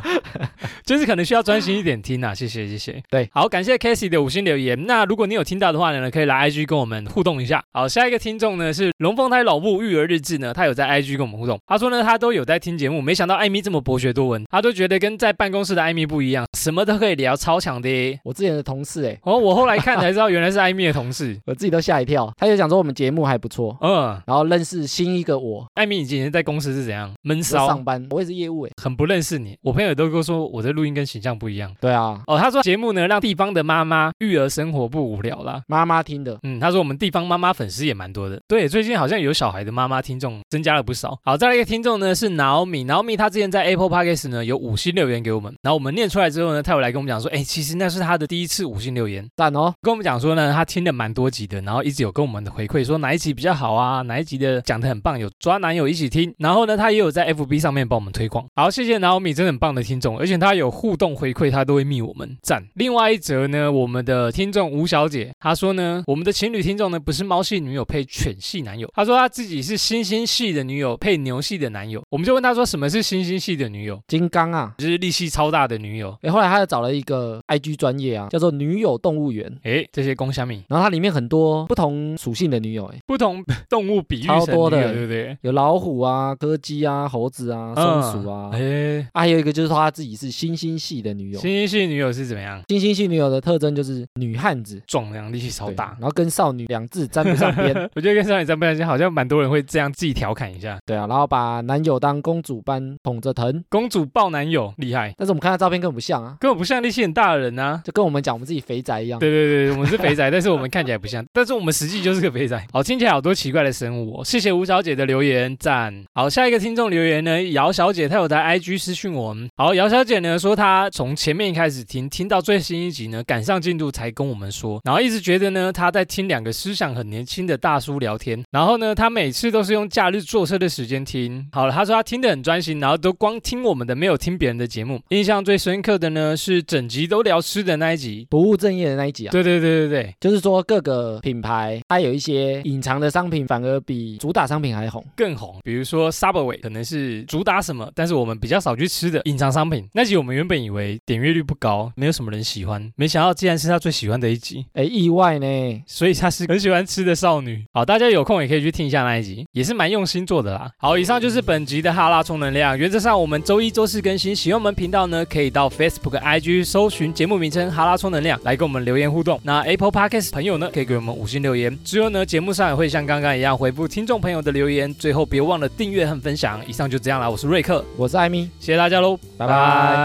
S1: 就是可能需要专心一点听啊。谢谢谢谢，
S2: 对，
S1: 好，感谢 Casey 的五星留言。那如果你有听到的话呢，可以来 IG 跟我们互动一下。好，下一个听众呢是龙凤胎老木育儿日志呢，他有在 IG 跟我们互动，他说呢他都有在听节目，没想到艾米这么博学多闻，他都觉得跟在办公室的艾米不一样，什么都可以聊，超强的耶。
S2: 我之前的同事哎、
S1: 哦，我后来看才知道原来是艾米的同事。
S2: 我自己都吓一跳，他就讲说我们节目还不错。
S1: 嗯，
S2: 然后认识新一个我，
S1: 艾米以前在公司是怎样闷
S2: 就上
S1: 骚，
S2: 班，我也是业务哎、
S1: 很不认识你。我朋友都跟我说我的录音跟形象不一样。
S2: 对啊，
S1: 哦，他说节目呢让地方的妈妈育儿生活不无聊啦。
S2: 妈妈听的，
S1: 嗯，他说我们地方妈妈粉丝也蛮多的，对，最近好像有小孩的妈妈听众增加了不少。好，再来一个听众呢是 Naomi，Naomi 她之前在 Apple Podcast 呢有五星留言给我们，然后我们念出来之后呢，她有来跟我们讲说，哎，其实那是她的第一次五星留言，
S2: 赞哦，
S1: 跟我们讲说呢，她听了蛮多集的，然后一直有跟我们的回馈说哪一集比较好啊，哪一集的讲的很棒，有抓男友一起听。然后呢，她也有在 FB 上面帮我们推广。好，谢谢 Naomi，真的很棒的听众，而且她有互动回馈，她都会密我们赞。另外一则呢，我们的听众吴小姐她说呢，我们的情侣听众呢不是猫系女友配犬系男友，她说她自己是猩猩系的女友配牛系的男友。我们就问她说什么是猩猩系的女友，
S2: 金刚啊。
S1: 就是力气超大的女友。
S2: 哎，后来他又找了一个 IG 专业啊，叫做女友动物园，
S1: 诶，这些公虾米
S2: 然后它里面很多不同属性的女友哎，
S1: 不同 动物比喻
S2: 超
S1: 成
S2: 多
S1: 女友
S2: 的
S1: 对不对？
S2: 有老虎啊、柯基啊、猴子啊、松鼠属啊。
S1: 哎，
S2: 啊，还有一个就是说他自己是新兴系的女友，
S1: 新一系女友是怎么样？
S2: 新兴系女友的特征就是女汉子，
S1: 壮阳力气超
S2: 对
S1: 大，
S2: 然。后跟少女两字沾不上边
S1: 我觉得跟上一张不相好像蛮多人会这样自己调侃一下，
S2: 对啊，然后把男友当公主般捧着疼，
S1: 公主抱男友厉害，
S2: 但是我们看他照片根本不像啊，
S1: 根本不像力气很大的人啊。
S2: 就跟我们讲我们自己肥宅一样。
S1: 对对对，我们是肥宅， 但是我们看起来不像，但是我们实际就是个肥宅。好，听起来好多奇怪的生物、哦。谢谢吴小姐的留言，赞。好，下一个听众留言呢，姚小姐她有在 IG 私讯我们。好，姚小姐呢说她从前面开始听，听到最新一集呢，赶上进度才跟我们说，然后一直觉得呢她在听两个思想很年轻的大叔聊天，然后呢她每次都是用假日坐车的时间听。好了，她说她听得很专心，然后都光听我们的，没有听别人的节目。印象最深刻的呢是整集都聊吃的那一集。
S2: 不务正业的那一集啊，
S1: 对对对对对，
S2: 就是说各个品牌它有一些隐藏的商品，反而比主打商品还红。
S1: 更红，比如说 Subway 可能是主打什么，但是我们比较少去吃的隐藏商品。那集我们原本以为点阅率不高，没有什么人喜欢，没想到竟然是他最喜欢的一集，
S2: 哎，意外呢，
S1: 所以她是很喜欢吃的少女。好，大家有空也可以去听一下那一集，也是蛮用心做的啦。好，以上就是本集的哈拉充能量。原则上我们周一、周四更新，喜欢我们频道呢，可以到 Facebook、IG 搜寻节目名称“哈拉充能量”来跟我们留言互动。那 Apple Podcast 朋友呢，可以给我们五星留言。之后呢，节目上也会像刚刚一样回复听众朋友的留言。最后别忘了订阅和分享。以上就这样啦，我是瑞克，
S2: 我是艾米，
S1: 谢谢大家喽，
S2: 拜拜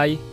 S1: 拜